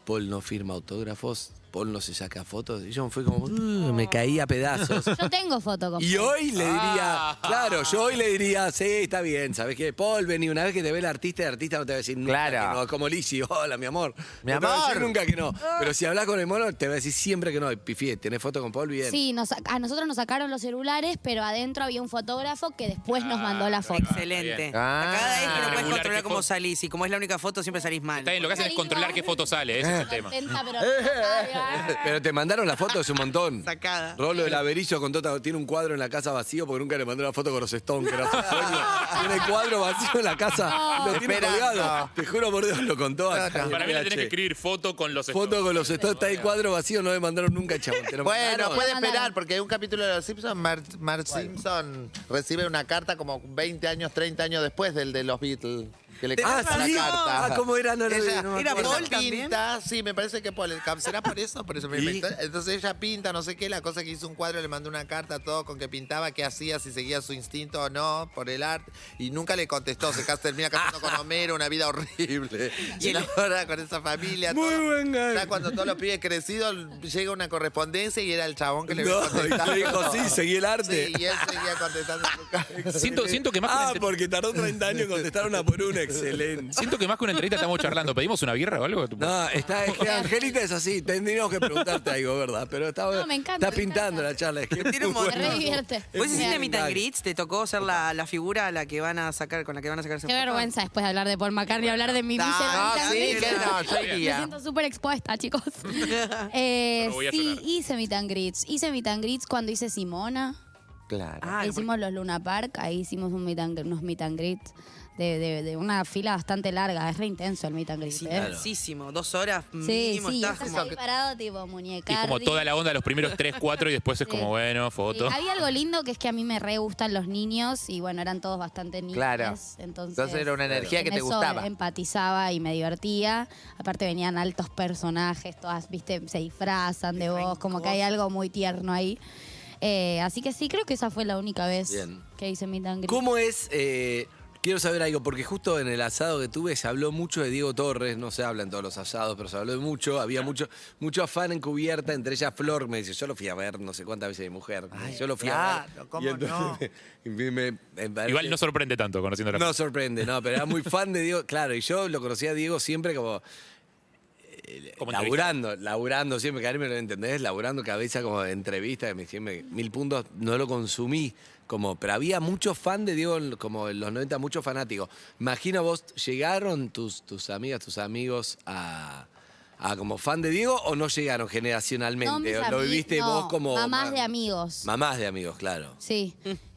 Speaker 3: Paul no firma autógrafos, Paul no se saca fotos. Y yo fui como, "Uh", me caí a pedazos.
Speaker 2: Yo tengo foto con
Speaker 3: Y hoy le diría,
Speaker 6: Ah.
Speaker 3: claro, yo hoy le diría, sí, está bien, ¿sabes qué? Paul, vení, una vez que te ve el artista, el artista no te va a decir nunca
Speaker 7: Claro.
Speaker 3: que no. Es como Lizzy, hola, mi amor.
Speaker 7: Mi
Speaker 3: no te va a decir
Speaker 7: amor.
Speaker 3: nunca que no. Pero si hablas con el mono, te va a decir siempre que no. Y Pifié, ¿tenés foto con Paul? Bien.
Speaker 2: Sí, nos- a nosotros nos sacaron los celulares, pero adentro había un fotógrafo que después nos mandó la foto.
Speaker 5: Excelente.
Speaker 7: Ah.
Speaker 5: La cagada es que no puedes
Speaker 6: Regular
Speaker 5: controlar
Speaker 6: que
Speaker 5: cómo
Speaker 6: fo-
Speaker 5: salís. Y como es la única foto, siempre salís mal.
Speaker 6: Está bien, lo que hacen es controlar qué foto sale. Ese es el tema.
Speaker 2: Contenta, pero-
Speaker 3: Pero te mandaron la foto, es un montón.
Speaker 5: Sacada.
Speaker 3: Rolo del Averizo con Tota tiene un cuadro en la casa vacío porque nunca le mandó la foto con los Stones, que era su sueño. Tiene el cuadro vacío en la casa, lo tiene
Speaker 4: Esperando.
Speaker 3: colgado. Te juro por Dios, lo contó acá.
Speaker 6: Para mí le tenés que
Speaker 3: Che,
Speaker 6: escribir foto con los
Speaker 3: Foto
Speaker 6: Stones.
Speaker 3: con los Stones, está el cuadro vacío, no le mandaron nunca, chabón. Te lo
Speaker 4: Bueno,
Speaker 3: mandaron.
Speaker 4: puede
Speaker 2: Mandaron.
Speaker 4: esperar, porque hay un capítulo de Los Simpsons, Marge Simpson recibe una carta como 20 años, 30 años después del de los Beatles. Que le
Speaker 3: Ah,
Speaker 4: canta
Speaker 3: ¿sí?
Speaker 4: la carta.
Speaker 3: Ah, ¿cómo era? No lo vi,
Speaker 4: ella,
Speaker 3: no me
Speaker 4: ella
Speaker 5: acuerdo. ¿Era Paul
Speaker 4: pinta,
Speaker 5: también?
Speaker 4: sí, me parece que Paul, el cam- será por eso, por eso me
Speaker 3: ¿Y?
Speaker 4: inventó. Entonces ella pinta, no sé qué, la cosa que hizo un cuadro, le mandó una carta, todo con que pintaba, qué hacía, si seguía su instinto o no, por el arte, y nunca le contestó, se cas- termina casando con Homero, una vida horrible. Y ahora con esa familia,
Speaker 3: Muy
Speaker 4: todo.
Speaker 3: buen gallo.
Speaker 4: Ya cuando todos los pibes crecidos, llega una correspondencia y era el chabón que le había
Speaker 3: No, y
Speaker 4: contestado.
Speaker 3: le dijo, sí, seguí el arte.
Speaker 4: Sí, y él seguía contestando su carta.
Speaker 6: Siento, siento que más que una
Speaker 3: Ah,
Speaker 6: entre-
Speaker 3: porque tardó 30 años en contestar una por una, excelente.
Speaker 6: Siento que más que una entrevista estamos charlando. ¿Pedimos una birra o algo?
Speaker 3: No, está, es que Angelita es así, tendríamos que preguntarte algo, ¿verdad? Pero está,
Speaker 2: No, me encanta,
Speaker 3: está
Speaker 2: me
Speaker 3: pintando
Speaker 2: encanta.
Speaker 3: la charla. Es que es
Speaker 5: Tiene un
Speaker 3: muy
Speaker 5: montón.
Speaker 3: buena.
Speaker 2: Me revierte.
Speaker 3: Es muy
Speaker 5: ¿Vos hiciste meet and
Speaker 3: buena.
Speaker 5: greets? ¿Te tocó ser la, la figura a la que van a sacar, con la que van a sacarse
Speaker 2: Qué
Speaker 5: fotos?
Speaker 2: vergüenza después de hablar de Paul McCartney, hablar de mi
Speaker 5: No,
Speaker 4: No,
Speaker 2: miserabilidad.
Speaker 4: sí, que no, yo
Speaker 2: Me
Speaker 4: iría.
Speaker 2: siento súper expuesta, chicos. Eh,
Speaker 6: Pero voy a
Speaker 2: sí,
Speaker 6: llorar.
Speaker 2: hice mi and greets. Hice mi and greets cuando hice Simona.
Speaker 4: Claro.
Speaker 5: Ah,
Speaker 2: Ahí hicimos los Luna Park, ahí hicimos un meet and- unos meet and greets de, de- de una fila bastante larga. Es re intenso el meet and greet.
Speaker 5: Sí,
Speaker 2: ¿eh?
Speaker 5: intensísimo. Dos horas
Speaker 2: Sí,
Speaker 5: mínimo
Speaker 2: sí,
Speaker 5: estás.
Speaker 2: estás ahí parado tipo muñeca.
Speaker 6: Y como toda la onda los primeros 3, 4 y después es como,
Speaker 2: Sí.
Speaker 6: bueno, foto.
Speaker 2: había algo lindo que es que a mí me re gustan los niños y bueno, eran todos bastante niños.
Speaker 4: Claro.
Speaker 2: Entonces,
Speaker 4: Entonces era una energía que
Speaker 2: en
Speaker 4: te
Speaker 2: eso
Speaker 4: gustaba.
Speaker 2: empatizaba y me divertía. Aparte venían altos personajes, todas, viste, se disfrazan de vos, como que hay algo muy tierno ahí. Eh, así que sí, creo que esa fue la única vez
Speaker 3: Bien.
Speaker 2: que hice meet and greet.
Speaker 3: ¿Cómo es? eh, quiero saber algo, porque justo en el asado que tuve se habló mucho de Diego Torres, no se hablan todos los asados, pero se habló de mucho, había mucho, mucho afán encubierta, entre ellas Flor me dice, yo lo fui a ver no sé cuántas veces de mujer, yo lo fui a ver.
Speaker 4: claro, ¿cómo no?
Speaker 3: y me- me- me parece-
Speaker 6: Igual no sorprende tanto conociendo la
Speaker 3: no sorprende, no, pero era muy fan de Diego. Claro, y yo lo conocía a Diego siempre como. eh,
Speaker 6: Como
Speaker 3: laburando, laburando siempre, que a mí me lo entendés, laburando cabeza como de entrevista, que me siempre mil puntos, no lo consumí, como, pero había muchos fan de Diego, en- como en los 90, muchos fanáticos. Imagino vos, ¿llegaron tus, tus amigas, tus amigos a, a como fan de Diego o no llegaron generacionalmente?
Speaker 2: No, mis
Speaker 3: ¿O ¿Lo
Speaker 2: ami-
Speaker 3: viviste
Speaker 2: no,
Speaker 3: vos como...
Speaker 2: mamás
Speaker 3: ma-
Speaker 2: de amigos.
Speaker 3: Mamás de amigos, claro.
Speaker 2: Sí.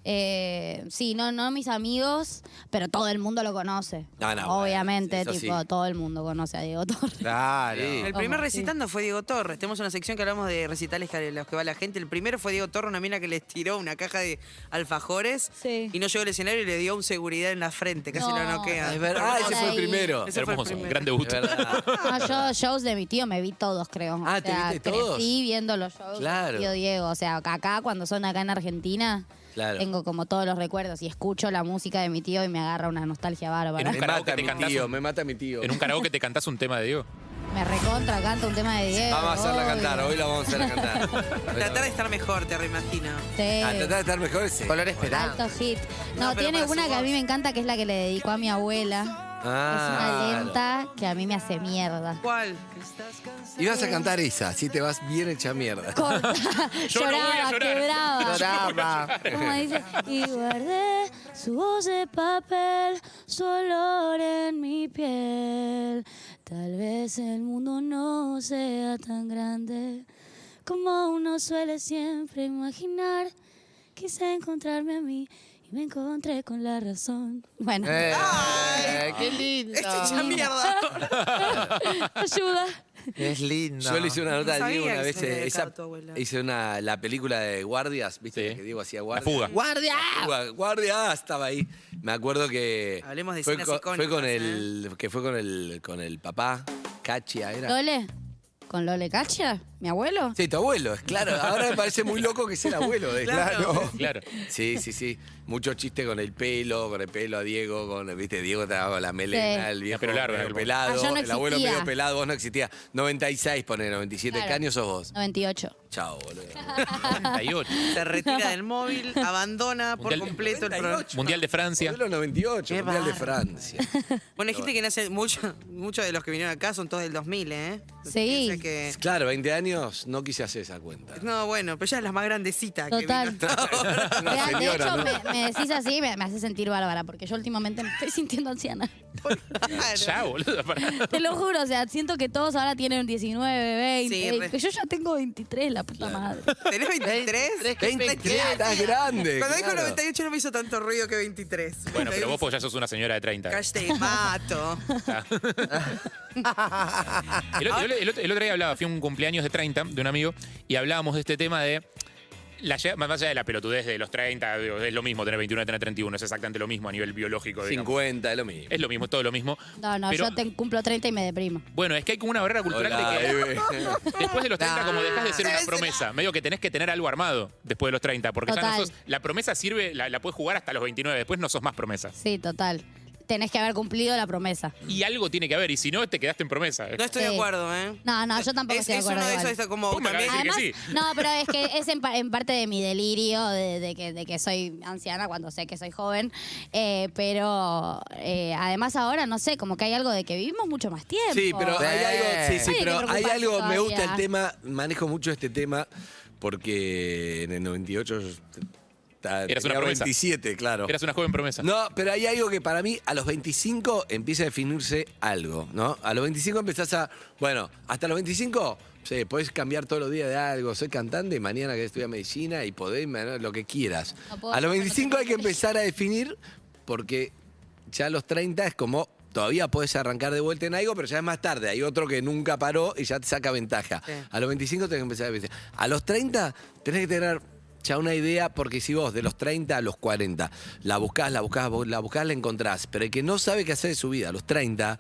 Speaker 2: Eh, sí, no, no mis amigos, pero todo el mundo lo conoce.
Speaker 3: Ah, No, no, bueno,
Speaker 2: Obviamente,
Speaker 3: eso sí.
Speaker 2: tipo, todo el mundo conoce a Diego Torres.
Speaker 3: Claro.
Speaker 5: El
Speaker 2: Vamos,
Speaker 5: primer
Speaker 2: sí.
Speaker 5: recitando fue Diego Torres. Tenemos una sección que hablamos de recitales que- los que va la gente. El primero fue Diego Torres, una mina que les tiró una caja de alfajores
Speaker 2: Sí.
Speaker 5: y no llegó al escenario y le dio un seguridad en la frente, casi
Speaker 2: No.
Speaker 5: lo noquea.
Speaker 3: Es verdad. Ah, ese fue el
Speaker 2: Ahí.
Speaker 3: primero.
Speaker 5: Ese fue el
Speaker 6: Hermoso,
Speaker 5: primero.
Speaker 6: gran debut.
Speaker 3: Es verdad.
Speaker 2: No, yo shows de mi tío me vi todos, creo.
Speaker 3: Ah,
Speaker 2: o
Speaker 3: ¿te
Speaker 2: sea,
Speaker 3: viste todos?
Speaker 2: Crecí viendo los shows de
Speaker 3: Claro.
Speaker 2: mi tío Diego. O sea, acá cuando son acá en Argentina,
Speaker 3: Claro.
Speaker 2: tengo como todos los recuerdos y escucho la música de mi tío y me agarra una nostalgia bárbara.
Speaker 6: En
Speaker 3: Me
Speaker 6: un karaoke
Speaker 3: mata
Speaker 6: te
Speaker 3: mi
Speaker 6: cantás
Speaker 3: tío,
Speaker 6: un-
Speaker 3: me mata mi tío.
Speaker 6: En un karaoke te cantás un tema de Diego.
Speaker 2: Me recontra, canta un tema de Diego.
Speaker 3: Vamos a hacerla
Speaker 2: Eh, obvio.
Speaker 3: cantar, hoy la vamos a hacer a cantar.
Speaker 5: Tratar de estar mejor, te reimagino.
Speaker 2: Sí.
Speaker 3: Ah, tratar de estar mejor ese.
Speaker 4: Color esperanza.
Speaker 2: Alto hit. No,
Speaker 5: No, pero
Speaker 2: tiene
Speaker 5: para su
Speaker 2: una que a mí
Speaker 5: voz.
Speaker 2: me encanta, que es la que le dedicó a mi abuela.
Speaker 3: Ah,
Speaker 2: es una lenta que a mí me hace mierda.
Speaker 5: ¿Cuál?
Speaker 3: Y vas a cantar esa, si te vas bien hecha mierda.
Speaker 2: Corta.
Speaker 6: Yo no voy a
Speaker 2: lloraba, quebraba.
Speaker 6: llorar.
Speaker 4: Lloraba.
Speaker 2: Como dice, y
Speaker 3: Eh.
Speaker 2: guardé su voz de papel, su olor en mi piel. Tal vez el mundo no sea tan grande como uno suele siempre imaginar. Quise encontrarme a mí y me encontré con la razón. Bueno,
Speaker 4: Eh, ¡Qué lindo!
Speaker 5: Este hecha mierda.
Speaker 2: ayuda.
Speaker 4: Es lindo.
Speaker 3: Yo le hice una nota
Speaker 5: No
Speaker 3: a Diego
Speaker 5: sabía
Speaker 3: una
Speaker 5: que
Speaker 3: vez.
Speaker 5: se le
Speaker 3: eh,
Speaker 5: dedicaba
Speaker 3: Esa,
Speaker 5: a tu abuela.
Speaker 3: hice una, la película de Guardias, ¿viste?
Speaker 6: Sí.
Speaker 3: La que Diego hacía
Speaker 6: La
Speaker 3: Guardias.
Speaker 6: fuga.
Speaker 4: ¡Guardia!
Speaker 3: Guardias, ah, estaba ahí. Me acuerdo que.
Speaker 5: Hablemos de
Speaker 3: fue
Speaker 5: escenas
Speaker 3: con, fue con
Speaker 5: icónicas, ¿eh?
Speaker 3: el Que fue con el, con el papá, Cachia, ¿era?
Speaker 2: Lole, con Lole Cacha, mi abuelo.
Speaker 3: Sí, tu abuelo, es claro. Ahora me parece muy loco que sea el abuelo de
Speaker 5: Claro.
Speaker 6: Claro.
Speaker 3: Sí, sí, sí. Mucho chiste con el pelo, con el pelo a Diego, con, viste, Diego estaba con la melena,
Speaker 2: Sí.
Speaker 3: el viejo
Speaker 6: Pero largo,
Speaker 3: medio
Speaker 6: largo.
Speaker 3: pelado,
Speaker 2: Ah, yo no
Speaker 3: el abuelo
Speaker 2: existía.
Speaker 3: medio pelado, vos no existía. 96, pone 97,
Speaker 2: Claro.
Speaker 3: ¿qué año sos vos?
Speaker 2: 98.
Speaker 3: Chao, boludo.
Speaker 6: 98.
Speaker 5: Se retira del móvil, abandona por
Speaker 6: Mundial-
Speaker 5: completo el programa.
Speaker 3: 98.
Speaker 6: Mundial de Francia.
Speaker 3: Modelo 98,
Speaker 5: Qué
Speaker 3: Mundial de
Speaker 5: bárbaro.
Speaker 3: Francia.
Speaker 5: Bueno, hay gente que nace, mucho- muchos de los que vinieron acá son todos del 2000, ¿eh?
Speaker 2: Sí.
Speaker 5: Piensa que-
Speaker 3: Claro, 20 años, no quise hacer esa cuenta.
Speaker 5: No, bueno, pero ya es la más grandecita
Speaker 2: Total.
Speaker 5: que vino hasta ahora.
Speaker 3: Una
Speaker 2: Real, de
Speaker 3: señora,
Speaker 2: hecho,
Speaker 3: ¿no?
Speaker 2: me, me decís así, me, me hace sentir bárbara, porque yo últimamente me estoy sintiendo anciana.
Speaker 6: Ya, boludo. pará.
Speaker 2: Te lo juro, o sea, siento que todos ahora tienen 19, 20.
Speaker 5: Sí,
Speaker 2: eh,
Speaker 5: re.
Speaker 2: que yo ya tengo 23, la puta madre.
Speaker 5: ¿Tenés 23?
Speaker 3: 23, estás grande.
Speaker 5: Cuando dijo
Speaker 3: claro.
Speaker 5: 98 no me hizo tanto ruido que 23.
Speaker 6: Bueno, pero vos pues ya sos una señora de 30.
Speaker 5: Cash te mato.
Speaker 6: El otro, el otro- el otro- el otro día hablaba, fui a un cumpleaños de 30 de un amigo y hablábamos de este tema de. La, llegada- más allá de la pelotudez de los 30, digo, es lo mismo tener 21 que tener 31, es exactamente lo mismo a nivel biológico. digamos.
Speaker 3: 50, es lo mismo.
Speaker 6: Es lo mismo, es todo lo mismo.
Speaker 2: No, no,
Speaker 6: Pero-
Speaker 2: yo te cumplo 30 y me deprimo.
Speaker 6: Bueno, es que hay como una barrera cultural
Speaker 3: Hola,
Speaker 6: de que
Speaker 3: bebé.
Speaker 6: después de los 30 como dejas de ser
Speaker 5: Ah,
Speaker 6: una
Speaker 5: es-
Speaker 6: promesa. Medio que tenés que tener algo armado después de los 30, porque ya
Speaker 2: Total.
Speaker 6: no sos- la promesa sirve, la, la puedes jugar hasta los 29, después no sos más promesa.
Speaker 2: Sí, total. Tenés que haber cumplido la promesa.
Speaker 6: Y algo tiene que haber, y si no, te quedaste en promesa.
Speaker 5: No estoy de
Speaker 2: Sí.
Speaker 5: acuerdo, ¿eh?
Speaker 2: No, no, yo tampoco
Speaker 5: Es,
Speaker 2: estoy de
Speaker 5: es
Speaker 2: acuerdo.
Speaker 5: uno de
Speaker 2: igual.
Speaker 5: esos, está como
Speaker 6: Vos me
Speaker 5: también-
Speaker 6: acabás de
Speaker 2: Además,
Speaker 6: decir que
Speaker 2: no, pero es que es en, pa- en parte de mi delirio de, de que, de que soy anciana cuando sé que soy joven. Eh, pero eh, además ahora, no sé, como que hay algo de que vivimos mucho más tiempo.
Speaker 3: Sí, pero hay
Speaker 4: Sí.
Speaker 3: algo, sí, sí,
Speaker 2: Hay que
Speaker 3: pero hay
Speaker 2: preocuparse
Speaker 3: algo, me gusta el
Speaker 2: todavía.
Speaker 3: tema, manejo mucho este tema porque en el 98 yo ta-
Speaker 6: Eras una
Speaker 3: tenía
Speaker 6: promesa.
Speaker 3: 27, claro.
Speaker 6: eras una joven promesa.
Speaker 3: No, pero hay algo que para mí a los 25 empieza a definirse algo, ¿no? A los 25 empezás a, bueno, hasta los 25 sí, podés cambiar todos los días de algo, soy cantante y mañana que estudiar medicina y podés ¿no? lo que quieras.
Speaker 2: No puedo
Speaker 3: a los
Speaker 2: hacer lo que
Speaker 3: 25 hay que
Speaker 2: quiero.
Speaker 3: empezar a definir porque ya a los 30 es como todavía podés arrancar de vuelta en algo, pero ya es más tarde. Hay otro que nunca paró y ya te saca ventaja.
Speaker 5: Sí.
Speaker 3: A los 25 tenés que empezar a pensar. A los 30 tenés que tener ya una idea, porque si vos de los 30 a los 40 la buscás, la buscás, vos la buscás, la encontrás, pero el que no sabe qué hacer de su vida a los 30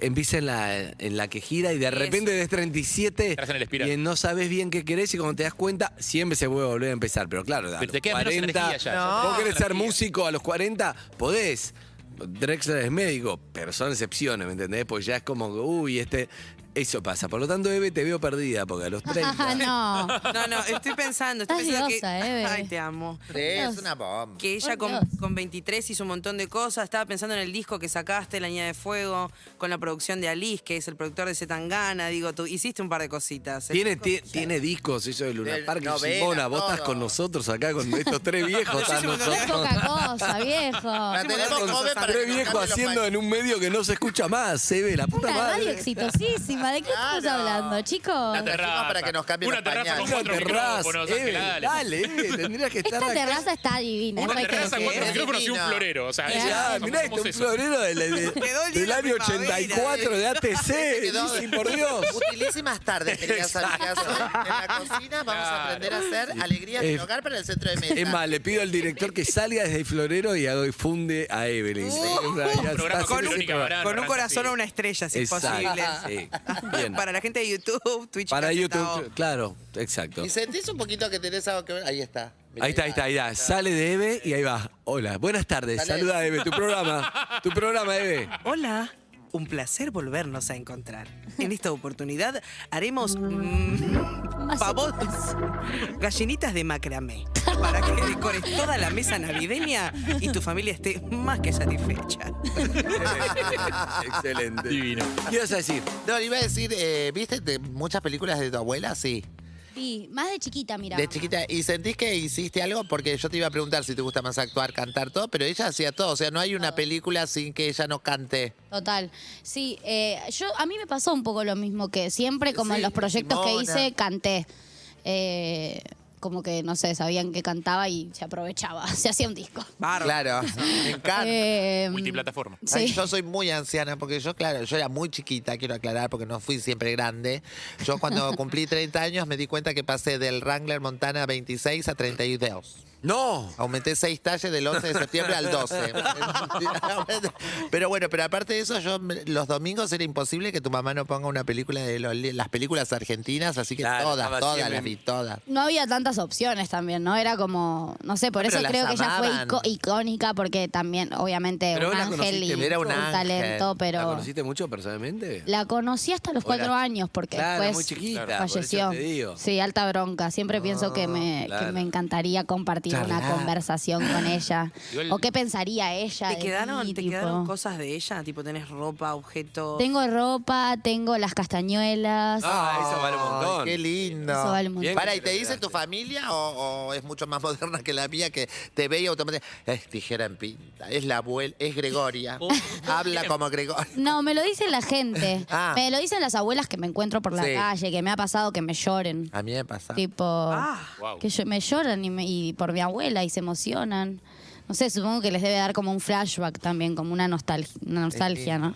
Speaker 3: empieza en la, en la que gira y de
Speaker 5: Eso.
Speaker 3: repente des 37
Speaker 6: Estás en el espiral.
Speaker 3: y no sabes bien qué querés y cuando te das cuenta siempre se puede volver a empezar, pero claro, a
Speaker 6: Pero te
Speaker 3: los
Speaker 6: queda menos
Speaker 3: 40,
Speaker 6: energía ya.
Speaker 4: No.
Speaker 3: vos querés ser
Speaker 6: Energía.
Speaker 3: músico a los 40, podés. Drexler es médico, pero son excepciones, ¿me entendés? Pues ya es como, que, uy, este... Eso pasa. Por lo tanto, Eve, te veo perdida, porque a los 30...
Speaker 2: no.
Speaker 5: No, no, estoy pensando, estoy
Speaker 2: Estás
Speaker 5: pensando
Speaker 2: diosa,
Speaker 5: que.
Speaker 2: eh, bebé.
Speaker 5: Ay, te amo.
Speaker 4: Sí, es una bomba.
Speaker 5: Que ella
Speaker 2: Por
Speaker 5: con,
Speaker 2: Dios.
Speaker 5: con 23 hizo un montón de cosas. Estaba pensando en el disco que sacaste, La Niña de Fuego, con la producción de Alice, que es el productor de Zetangana. Digo, tú hiciste un par de cositas.
Speaker 3: Tiene, ti- tiene discos, eso de Luna
Speaker 4: Del
Speaker 3: Park y
Speaker 4: novela,
Speaker 3: Simona. Vos estás
Speaker 4: todo.
Speaker 3: con nosotros acá, con estos tres viejos. estás
Speaker 5: Nos hicimos
Speaker 2: Es
Speaker 3: nosotros.
Speaker 2: poca cosa, viejo.
Speaker 4: La tenemos
Speaker 3: Con
Speaker 4: joven para
Speaker 3: tres
Speaker 4: que nos
Speaker 3: viejos
Speaker 4: cante los
Speaker 3: haciendo
Speaker 4: pa-
Speaker 3: en un medio que no se escucha más, se ve la puta
Speaker 2: Una radio
Speaker 3: madre.
Speaker 2: exitosísima, terraza. ¿De qué estamos
Speaker 4: Claro.
Speaker 2: hablando, chicos?
Speaker 6: Una terraza.
Speaker 4: para que nos cambien
Speaker 6: Una
Speaker 4: los
Speaker 6: terraza con
Speaker 4: pañales.
Speaker 6: cuatro
Speaker 3: Una terraza,
Speaker 6: micrófonos.
Speaker 3: Eve,
Speaker 6: Ángela, dale.
Speaker 3: eh, dale, Eve, tendrías que estar
Speaker 2: Esta
Speaker 3: acá.
Speaker 2: terraza está divina.
Speaker 6: Una
Speaker 2: es para que
Speaker 6: terraza,
Speaker 2: lo
Speaker 6: cuatro
Speaker 2: quede.
Speaker 4: micrófonos.
Speaker 6: micrófonos y un
Speaker 4: divina.
Speaker 6: florero. O sea,
Speaker 2: Mirá,
Speaker 3: Mirá,
Speaker 6: somos-
Speaker 3: mirá,
Speaker 6: somos
Speaker 3: este un
Speaker 6: eso.
Speaker 3: florero del, del-
Speaker 5: Quedó el día
Speaker 3: del
Speaker 5: de
Speaker 3: año
Speaker 5: primavera,
Speaker 3: 84 de ATC.
Speaker 4: quedó-
Speaker 3: Dicen, por Dios.
Speaker 4: Utilice más tarde, queridas amigas. En la cocina vamos a aprender a hacer alegrías
Speaker 3: Eh,
Speaker 4: del hogar para el centro de mesa.
Speaker 3: Es más, le pido al director que salga desde el florero y hago- y funde a Evelyn. O sea, ya
Speaker 6: programa
Speaker 3: está
Speaker 6: con
Speaker 3: haciendo ese
Speaker 6: Verónica
Speaker 3: programa.
Speaker 6: Barán,
Speaker 5: Con un
Speaker 6: Barán,
Speaker 5: corazón
Speaker 6: sí.
Speaker 5: a una estrella, si es posible.
Speaker 3: Exacto. sí. Bien.
Speaker 5: Para la gente de YouTube, Twitch.
Speaker 3: Para
Speaker 5: Casi
Speaker 3: YouTube,
Speaker 5: Tao.
Speaker 3: claro, exacto.
Speaker 4: Y sentís un poquito que tenés algo que ver. Ahí está. Mirá,
Speaker 3: Ahí está, ahí está, ahí está. Sale de Eve y ahí va. Hola, buenas tardes.
Speaker 4: Dale.
Speaker 3: Saluda a Eve, tu programa. Tu programa, Eve.
Speaker 5: Hola. Un placer volvernos a encontrar. En esta oportunidad haremos mm,
Speaker 2: Más
Speaker 5: pavos, gallinitas de macramé para que decores toda la mesa navideña y tu familia esté más que satisfecha.
Speaker 3: Excelente.
Speaker 6: Divino.
Speaker 3: ¿Qué ibas a decir?
Speaker 4: No, le iba a decir, eh, ¿viste de muchas películas de tu abuela? Sí.
Speaker 2: Sí, más de chiquita, mira.
Speaker 4: De chiquita. ¿Y sentís que hiciste algo? Porque yo te iba a preguntar si te gusta más actuar, cantar, todo, pero ella hacía todo. O sea, no hay una película sin que ella no cante.
Speaker 2: Total. Sí, eh, yo a mí me pasó un poco lo mismo que siempre, como
Speaker 4: Sí,
Speaker 2: en los proyectos que
Speaker 4: Simona.
Speaker 2: hice, canté. Eh, como que, no sé, sabían que cantaba y se aprovechaba, se hacía un disco.
Speaker 5: Bárbaro.
Speaker 4: Claro, me encanta.
Speaker 2: Eh,
Speaker 6: Multiplataforma.
Speaker 2: Sí.
Speaker 4: Ay, yo soy muy anciana porque yo, claro, yo era muy chiquita, quiero aclarar, porque no fui siempre grande. Yo cuando cumplí 30 años me di cuenta que pasé del Wrangler Montana 26 a 32.
Speaker 3: No.
Speaker 4: Aumenté 6 talles del 11 de septiembre al 12. Pero bueno, pero aparte de eso, yo me- los domingos era imposible que tu mamá no ponga una película de los- las películas argentinas, así que
Speaker 3: Claro,
Speaker 4: todas,
Speaker 3: estaba
Speaker 4: todas
Speaker 3: siempre-
Speaker 4: las vi, todas.
Speaker 2: no había tantas opciones también, ¿no? Era como, no sé, por
Speaker 4: No,
Speaker 2: eso
Speaker 4: pero
Speaker 2: creo
Speaker 4: las
Speaker 2: que ella fue
Speaker 4: amaban.
Speaker 2: ico- icónica porque también, obviamente,
Speaker 3: Pero
Speaker 2: un
Speaker 3: vos la
Speaker 2: ángel
Speaker 3: conociste,
Speaker 2: y
Speaker 4: era un ángel.
Speaker 2: talento,
Speaker 3: ¿La
Speaker 2: pero
Speaker 3: conociste mucho personalmente?
Speaker 2: la conocí hasta los
Speaker 3: O la-
Speaker 2: cuatro años porque
Speaker 3: claro,
Speaker 2: después
Speaker 3: muy chiquita.
Speaker 6: Claro.
Speaker 3: por eso
Speaker 2: falleció.
Speaker 3: te digo.
Speaker 2: Sí, alta bronca. Siempre pienso que me,
Speaker 3: claro.
Speaker 2: que me encantaría compartir una
Speaker 4: Charlar.
Speaker 2: conversación con ella.
Speaker 6: Igual-
Speaker 2: o qué pensaría ella.
Speaker 5: ¿Te
Speaker 2: de
Speaker 5: quedaron,
Speaker 2: mí,
Speaker 5: ¿Te
Speaker 2: tipo.
Speaker 5: quedaron cosas de ella? Tipo, tenés ropa, objetos.
Speaker 2: Tengo ropa, tengo las castañuelas.
Speaker 3: Ah, eso vale un
Speaker 4: Ay,
Speaker 3: montón.
Speaker 4: Qué lindo.
Speaker 2: Eso vale un montón.
Speaker 3: Bien
Speaker 4: Para, ¿y
Speaker 3: que te
Speaker 4: te
Speaker 3: lo
Speaker 4: dice tu familia o, o es mucho más moderna que la mía que te ve y automáticamente es tijera en pinta, es la abuela, es Gregoria,
Speaker 3: Oh,
Speaker 4: habla como Gregoria?
Speaker 2: No, me lo dicen la gente.
Speaker 4: Ah.
Speaker 2: Me lo dicen las abuelas que me encuentro por la
Speaker 4: Sí.
Speaker 2: calle, que me ha pasado que me lloren.
Speaker 4: A mí me pasa.
Speaker 2: Tipo,
Speaker 5: Ah,
Speaker 6: Wow.
Speaker 2: que yo- me lloran y, me- y por mi abuela y se emocionan. No sé, supongo que les debe dar como un flashback también, como una, nostalgia, una nostalgia, ¿no?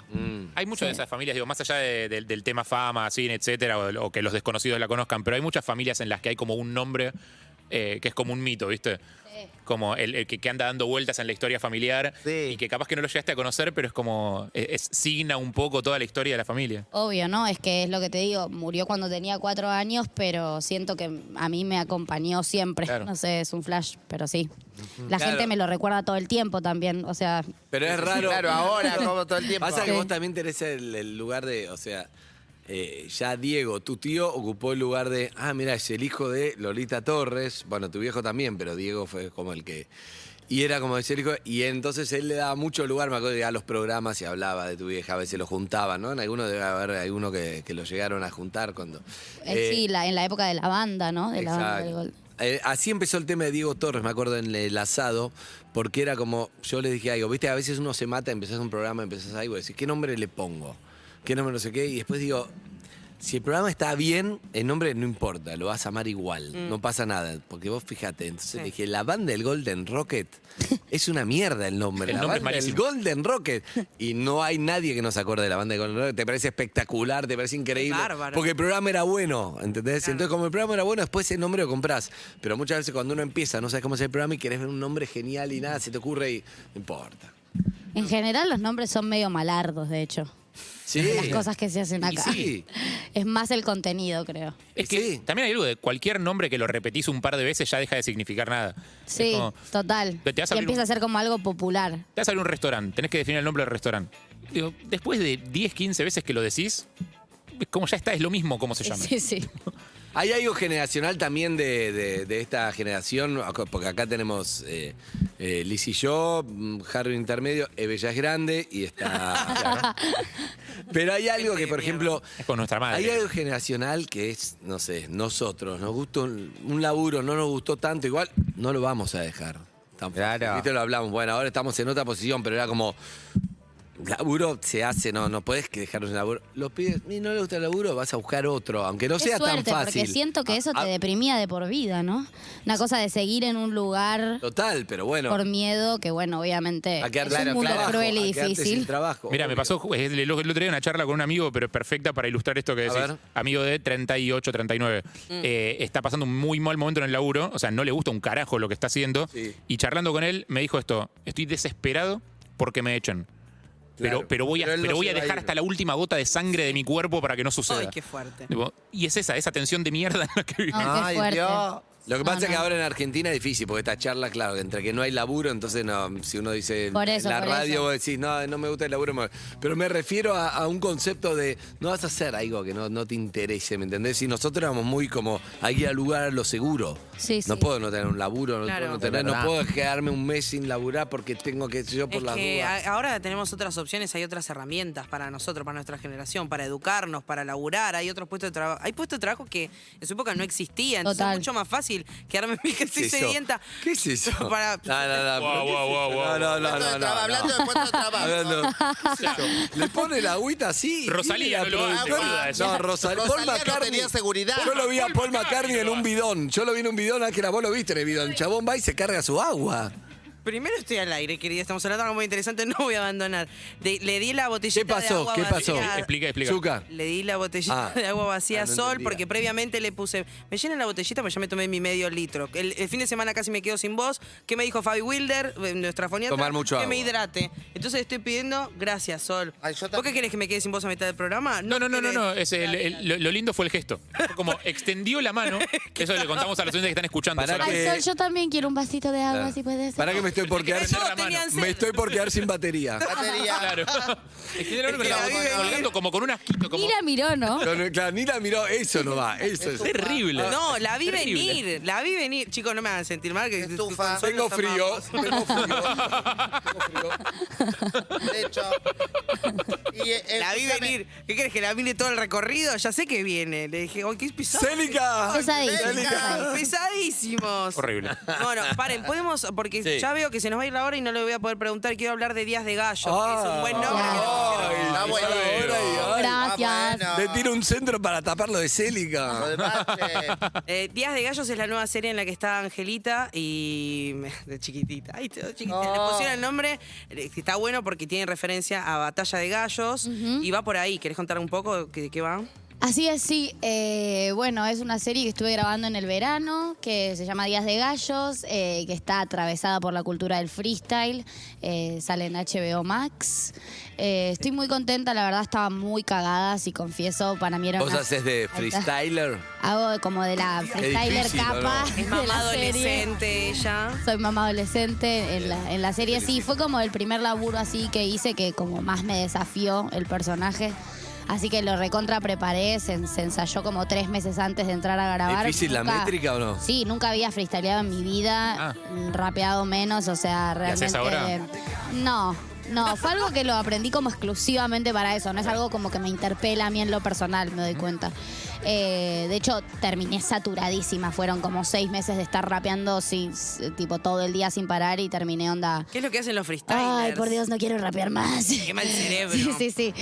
Speaker 6: Hay muchas de esas familias, digo, más allá de- del- del tema fama, cine, etcétera, o, o que los desconocidos la conozcan, pero hay muchas familias en las que hay como un nombre eh, que es como un mito, ¿viste? Como el, el que, que anda dando vueltas en la historia familiar
Speaker 4: Sí.
Speaker 6: y que capaz que no lo llegaste a conocer, pero es como. eh, Es, signa un poco toda la historia de la familia.
Speaker 2: Obvio, ¿no? Es que es lo que te digo, murió cuando tenía cuatro años, pero siento que a mí me acompañó siempre.
Speaker 6: Claro.
Speaker 2: No sé, es un flash, pero sí. La
Speaker 3: Claro.
Speaker 2: gente me lo recuerda todo el tiempo también, o sea...
Speaker 3: Pero es raro.
Speaker 4: Claro, ahora, como todo el tiempo.
Speaker 3: Pasa que
Speaker 2: Sí.
Speaker 3: vos también tenés el, el lugar de, o sea, eh, ya Diego, tu tío, ocupó el lugar de, ah, mira, es el hijo de Lolita Torres, bueno, tu viejo también, pero Diego fue como el que... Y era como decir, hijo, y entonces él le daba mucho lugar, me acuerdo, que iba a los programas y hablaba de tu vieja, a veces lo juntaban, ¿no? En algunos debe haber alguno que, que lo llegaron a juntar cuando... Eh,
Speaker 2: eh, sí, la- en la época de la banda, ¿no? De la banda del
Speaker 3: Exacto.
Speaker 2: gol.
Speaker 3: Eh, así empezó el tema de Diego Torres, me acuerdo, en el asado, porque era como, yo le dije algo, viste, a veces uno se mata, empezás un programa, empezás algo, decís, ¿qué nombre le pongo? ¿Qué nombre no sé qué? Y después digo, si el programa está bien, el nombre no importa, lo vas a amar igual,
Speaker 6: Mm.
Speaker 3: no pasa nada, porque vos fíjate, entonces le dije, la banda del Golden Rocket es una mierda el nombre,
Speaker 6: El
Speaker 3: la
Speaker 6: nombre es
Speaker 3: banda del
Speaker 6: malísimo.
Speaker 3: Golden Rocket, y no hay nadie que no se acuerde de la banda del Golden Rocket, te parece espectacular, te parece increíble,
Speaker 5: bárbaro.
Speaker 3: porque el programa era bueno, ¿entendés? Entonces, como el programa era bueno, después ese nombre lo comprás. Pero muchas veces cuando uno empieza, no sabes cómo es el programa y querés ver un nombre genial y nada, se te ocurre y no importa.
Speaker 2: En general los nombres son medio malardos, de hecho.
Speaker 3: Sí.
Speaker 2: Las cosas que se hacen
Speaker 3: Y
Speaker 2: acá.
Speaker 3: sí.
Speaker 2: Es más el contenido, creo.
Speaker 6: Es que
Speaker 3: Sí.
Speaker 6: también hay algo de cualquier nombre que lo repetís un par de veces ya deja de significar nada. Es
Speaker 2: Sí,
Speaker 6: como-
Speaker 2: total.
Speaker 6: Te vas a
Speaker 2: y
Speaker 6: abrir un-
Speaker 2: empieza a ser como algo popular.
Speaker 6: Te vas a abrir un restaurante, tenés que definir el nombre del restaurante. Digo, después de 10, 15 veces que lo decís, como ya está, es lo mismo como se llama.
Speaker 2: Sí, sí.
Speaker 3: Hay algo generacional también de, de- de esta generación, ac- porque acá tenemos eh, eh, Liz y yo, mm, Harry intermedio, Eve ya es grande y está. Pero hay algo que, por ejemplo,
Speaker 6: Es con nuestra madre.
Speaker 3: Hay algo generacional que es, no sé, nosotros, nos gustó un, un laburo, no nos gustó tanto, igual no lo vamos a dejar. Tan fácil.
Speaker 4: Claro.
Speaker 3: Viste, lo hablamos, bueno, ahora estamos en otra posición, pero era como, laburo se hace, no, no podés que dejar un laburo. Los pibes, "Ni no le gusta el laburo, vas a buscar otro, aunque no
Speaker 2: Qué
Speaker 3: sea
Speaker 2: suerte,
Speaker 3: tan fácil.
Speaker 2: porque siento que eso te
Speaker 3: Ah, ah,
Speaker 2: deprimía de por vida, ¿no? Una cosa de seguir en un lugar
Speaker 3: Total, pero bueno.
Speaker 2: por miedo, que bueno, obviamente
Speaker 3: a quedarte
Speaker 2: es un
Speaker 3: sin
Speaker 2: mundo
Speaker 3: trabajo,
Speaker 2: cruel
Speaker 3: a
Speaker 2: y
Speaker 3: quedarte sin
Speaker 2: difícil.
Speaker 3: trabajo,
Speaker 6: Mira, me
Speaker 3: obvio.
Speaker 6: pasó ju- el, el- el otro día una charla con un amigo, pero perfecta para ilustrar esto que
Speaker 3: A
Speaker 6: decís.
Speaker 3: ver. Mm.
Speaker 6: Amigo de 38, 39. Eh, está pasando un muy mal momento en el laburo, o sea, no le gusta un carajo lo que está haciendo.
Speaker 3: Sí.
Speaker 6: Y charlando con él, me dijo esto: Estoy desesperado porque me echen.
Speaker 3: Claro.
Speaker 6: Pero, pero voy a,
Speaker 3: Pero él no
Speaker 6: pero voy
Speaker 3: se
Speaker 6: a
Speaker 3: va a
Speaker 6: dejar
Speaker 3: ir.
Speaker 6: hasta la última gota de sangre de mi cuerpo para que no suceda.
Speaker 5: Ay, qué fuerte.
Speaker 6: Tipo, y es esa, esa tensión de mierda en la que vive.
Speaker 2: No, qué
Speaker 4: Ay,
Speaker 2: fuerte.
Speaker 4: Dios.
Speaker 3: Lo que
Speaker 2: No,
Speaker 3: pasa es que
Speaker 2: no.
Speaker 3: ahora en Argentina es difícil, porque esta charla, claro, entre que no hay laburo, entonces no, si uno dice
Speaker 2: Por eso,
Speaker 3: la
Speaker 2: por
Speaker 3: radio,
Speaker 2: eso.
Speaker 3: vos decís, no, no me gusta el laburo, me- pero me refiero a, a un concepto de no vas a hacer algo que no, no te interese, ¿me entendés? Y nosotros éramos muy como, hay que ir al lugar a lo seguro.
Speaker 2: Sí, sí.
Speaker 3: No puedo no tener un laburo, no,
Speaker 5: Claro.
Speaker 3: puedo, no tener-
Speaker 4: Es
Speaker 3: no
Speaker 4: verdad.
Speaker 3: puedo quedarme un mes sin laburar porque tengo que, yo por
Speaker 5: Es
Speaker 3: las
Speaker 5: que
Speaker 3: dudas.
Speaker 5: a- ahora tenemos otras opciones, hay otras herramientas para nosotros, para nuestra generación, para educarnos, para laburar, hay otros puestos de trabajo. Hay puestos de trabajo que en su época no existían, entonces
Speaker 2: Total.
Speaker 5: es mucho más fácil quedarme en mi casa
Speaker 3: ¿Qué
Speaker 5: y
Speaker 3: es eso?
Speaker 5: sedienta.
Speaker 3: ¿Qué Ah. es eso?
Speaker 5: Para-
Speaker 3: No, no, no.
Speaker 6: Guau, guau, guau,
Speaker 3: No, no,
Speaker 6: guau.
Speaker 3: no,
Speaker 4: Puesto
Speaker 3: no,
Speaker 4: de
Speaker 3: no,
Speaker 4: traba- Hablando
Speaker 3: Ah, no.
Speaker 4: de puesto de trabajo.
Speaker 3: Hablando- Le pone la agüita así.
Speaker 6: Rosalía
Speaker 3: y la
Speaker 6: no lo
Speaker 3: productora-
Speaker 4: hace, boluda, eso.
Speaker 3: No, Rosalía. Paul
Speaker 4: Rosalía no
Speaker 3: McCartney.
Speaker 4: tenía seguridad.
Speaker 3: Yo lo vi a Paul McCartney en un bidón. Yo lo vi en un bidón, Ángela, vos lo viste en el bidón. Chabón va y se carga su agua.
Speaker 5: Primero estoy al aire, querida, estamos hablando de algo muy interesante, no voy a abandonar. De- le di la botellita
Speaker 3: ¿Qué pasó?
Speaker 5: de agua
Speaker 3: ¿Qué
Speaker 5: vacía-
Speaker 3: pasó?
Speaker 6: Explica, explica.
Speaker 3: Zucca.
Speaker 5: Le di la botellita
Speaker 3: Ah.
Speaker 5: de agua vacía
Speaker 3: Ah,
Speaker 5: a
Speaker 3: no
Speaker 5: Sol
Speaker 3: entendía.
Speaker 5: porque previamente le puse, me llena la botellita porque ya me tomé mi medio litro. El, el fin de semana casi me quedo sin voz. ¿Qué me dijo Fabi Wilder, eh, nuestra foniatra?
Speaker 3: Tomar mucho
Speaker 5: Que me
Speaker 3: agua.
Speaker 5: hidrate. Entonces estoy pidiendo, gracias Sol.
Speaker 4: Ay, yo
Speaker 5: ¿Vos qué
Speaker 4: también.
Speaker 5: querés que me quede sin voz a mitad del programa?
Speaker 6: No, no, no, no,
Speaker 5: querés.
Speaker 3: eh,
Speaker 6: no. es el- el- lo, lo lindo fue el gesto. Fue Como extendió la mano. Eso le contamos a los oyentes que están escuchando.
Speaker 3: Pará
Speaker 6: solamente.
Speaker 2: Ay,
Speaker 3: que-
Speaker 2: Sol, yo también quiero un vasito de agua, si puedes.
Speaker 3: Para que me estoy por quedar.
Speaker 5: Porque todos
Speaker 6: la mano.
Speaker 5: tenían sed.
Speaker 3: Me estoy por quedar sin batería.
Speaker 4: Batería.
Speaker 6: Claro. Extendió la mano con
Speaker 5: que
Speaker 6: la
Speaker 5: la
Speaker 6: boca
Speaker 5: vi venir.
Speaker 6: colgando como con un asquito. Como
Speaker 2: Ni la miró, ¿no?
Speaker 3: No, no, claro, ni la miró. Eso no va. Eso es.
Speaker 6: terrible.
Speaker 5: No, la vi
Speaker 6: Terrible.
Speaker 5: venir, la vi venir. Chicos, no me hagan sentir mal. Que
Speaker 4: Estufa.
Speaker 5: con Sol
Speaker 3: Tengo
Speaker 5: nos
Speaker 3: frío.
Speaker 5: amamos.
Speaker 3: Tengo frío. Tengo frío.
Speaker 4: De hecho. Y, eh,
Speaker 5: La vi
Speaker 4: escúchame,
Speaker 5: venir. ¿Qué querés que la mire todo el recorrido? Ya sé que viene. Le dije, ¡ay, qué pesado!
Speaker 3: ¡Célica!
Speaker 2: Pesadísimo.
Speaker 5: Pesadísimos. Pesadísimos.
Speaker 6: Horrible.
Speaker 5: Bueno, paren, podemos, porque
Speaker 3: Sí.
Speaker 5: ya veo que se nos va a ir la hora y no le voy a poder preguntar. Quiero hablar de Días de Gallo, que es un buen nombre. que le pusieron.
Speaker 3: Ay,
Speaker 4: Está bueno.
Speaker 3: ahora y- ay,
Speaker 2: Gracias.
Speaker 4: Ah,
Speaker 3: Le tiro un centro para taparlo de Célica.
Speaker 4: Lo de Bache.
Speaker 5: Eh, Días de Gallos es la nueva serie en la que está Angelita y. de chiquitita. Ay, todo chiquitita.
Speaker 2: Oh.
Speaker 5: Le pusieron el nombre. eh, que Está bueno porque tiene referencia a Batalla de Gallos y va por ahí. ¿Querés contar un poco de qué va?
Speaker 2: Así es, sí. Eh, bueno, es una serie que estuve grabando en el verano, que se llama Días de Gallos, eh, que está atravesada por la cultura del freestyle. eh, sale en HBO Max. Eh, estoy muy contenta, la verdad estaba muy cagada, si confieso. Para mí era
Speaker 3: ¿Vos
Speaker 2: una-
Speaker 3: haces de freestyler?
Speaker 2: Hago como de la freestyler
Speaker 3: difícil, ¿o no?
Speaker 2: capa.
Speaker 5: Es
Speaker 2: de
Speaker 5: mamá
Speaker 2: la serie.
Speaker 5: adolescente ella.
Speaker 2: Soy mamá adolescente en la, en la serie. Sí, fue como el primer laburo así que hice que como más me desafió el personaje. Así que lo recontra preparé, se, se ensayó como tres meses antes de entrar a grabar.
Speaker 3: ¿Difícil la
Speaker 2: Nunca-
Speaker 3: métrica o no?
Speaker 2: Sí, nunca había freestyleado en mi vida,
Speaker 6: Ah.
Speaker 2: mm, rapeado menos, o sea, realmente... eh,
Speaker 6: haces ahora?
Speaker 2: No, no, fue algo que lo aprendí como exclusivamente para eso, no es algo como que me interpela a mí en lo personal, me doy cuenta. Eh, de hecho, terminé saturadísima, fueron como seis meses de estar rapeando sin, s- tipo todo el día sin parar y terminé onda...
Speaker 5: ¿Qué es lo que hacen los freestylers?
Speaker 2: Ay, por Dios, no quiero rapear más.
Speaker 5: Quema el cerebro.
Speaker 2: Sí, sí, sí.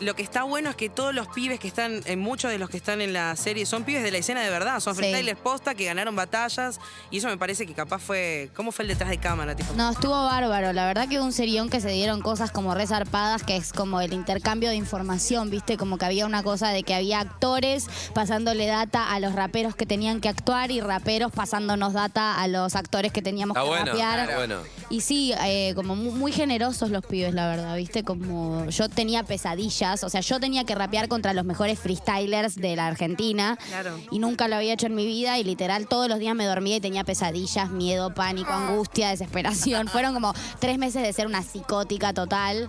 Speaker 5: Lo que está bueno es que todos los pibes que están, eh, muchos de los que están en la serie, son pibes de la escena de verdad, son
Speaker 2: Sí.
Speaker 5: freestylers posta que ganaron batallas y eso me parece que capaz fue. ¿Cómo fue el detrás de cámara? Tipo,
Speaker 2: No, estuvo bárbaro. La verdad que un serión que se dieron cosas como resarpadas, que es como el intercambio de información, ¿viste? Como que había una cosa de que había actores pasándole data a los raperos que tenían que actuar y raperos pasándonos data a los actores que teníamos
Speaker 3: Está
Speaker 2: que
Speaker 3: bueno,
Speaker 2: rapear.
Speaker 3: está bueno.
Speaker 2: Y sí, eh, como mu- muy, generosos los pibes, la verdad, ¿viste? Como yo tenía pesadillas, o sea, yo tenía que rapear contra los mejores freestylers de la Argentina.
Speaker 5: Claro.
Speaker 2: Y nunca lo había hecho en mi vida y literal todos los días me dormía y tenía pesadillas, miedo, pánico, angustia, desesperación. Fueron como tres meses de ser una psicótica total,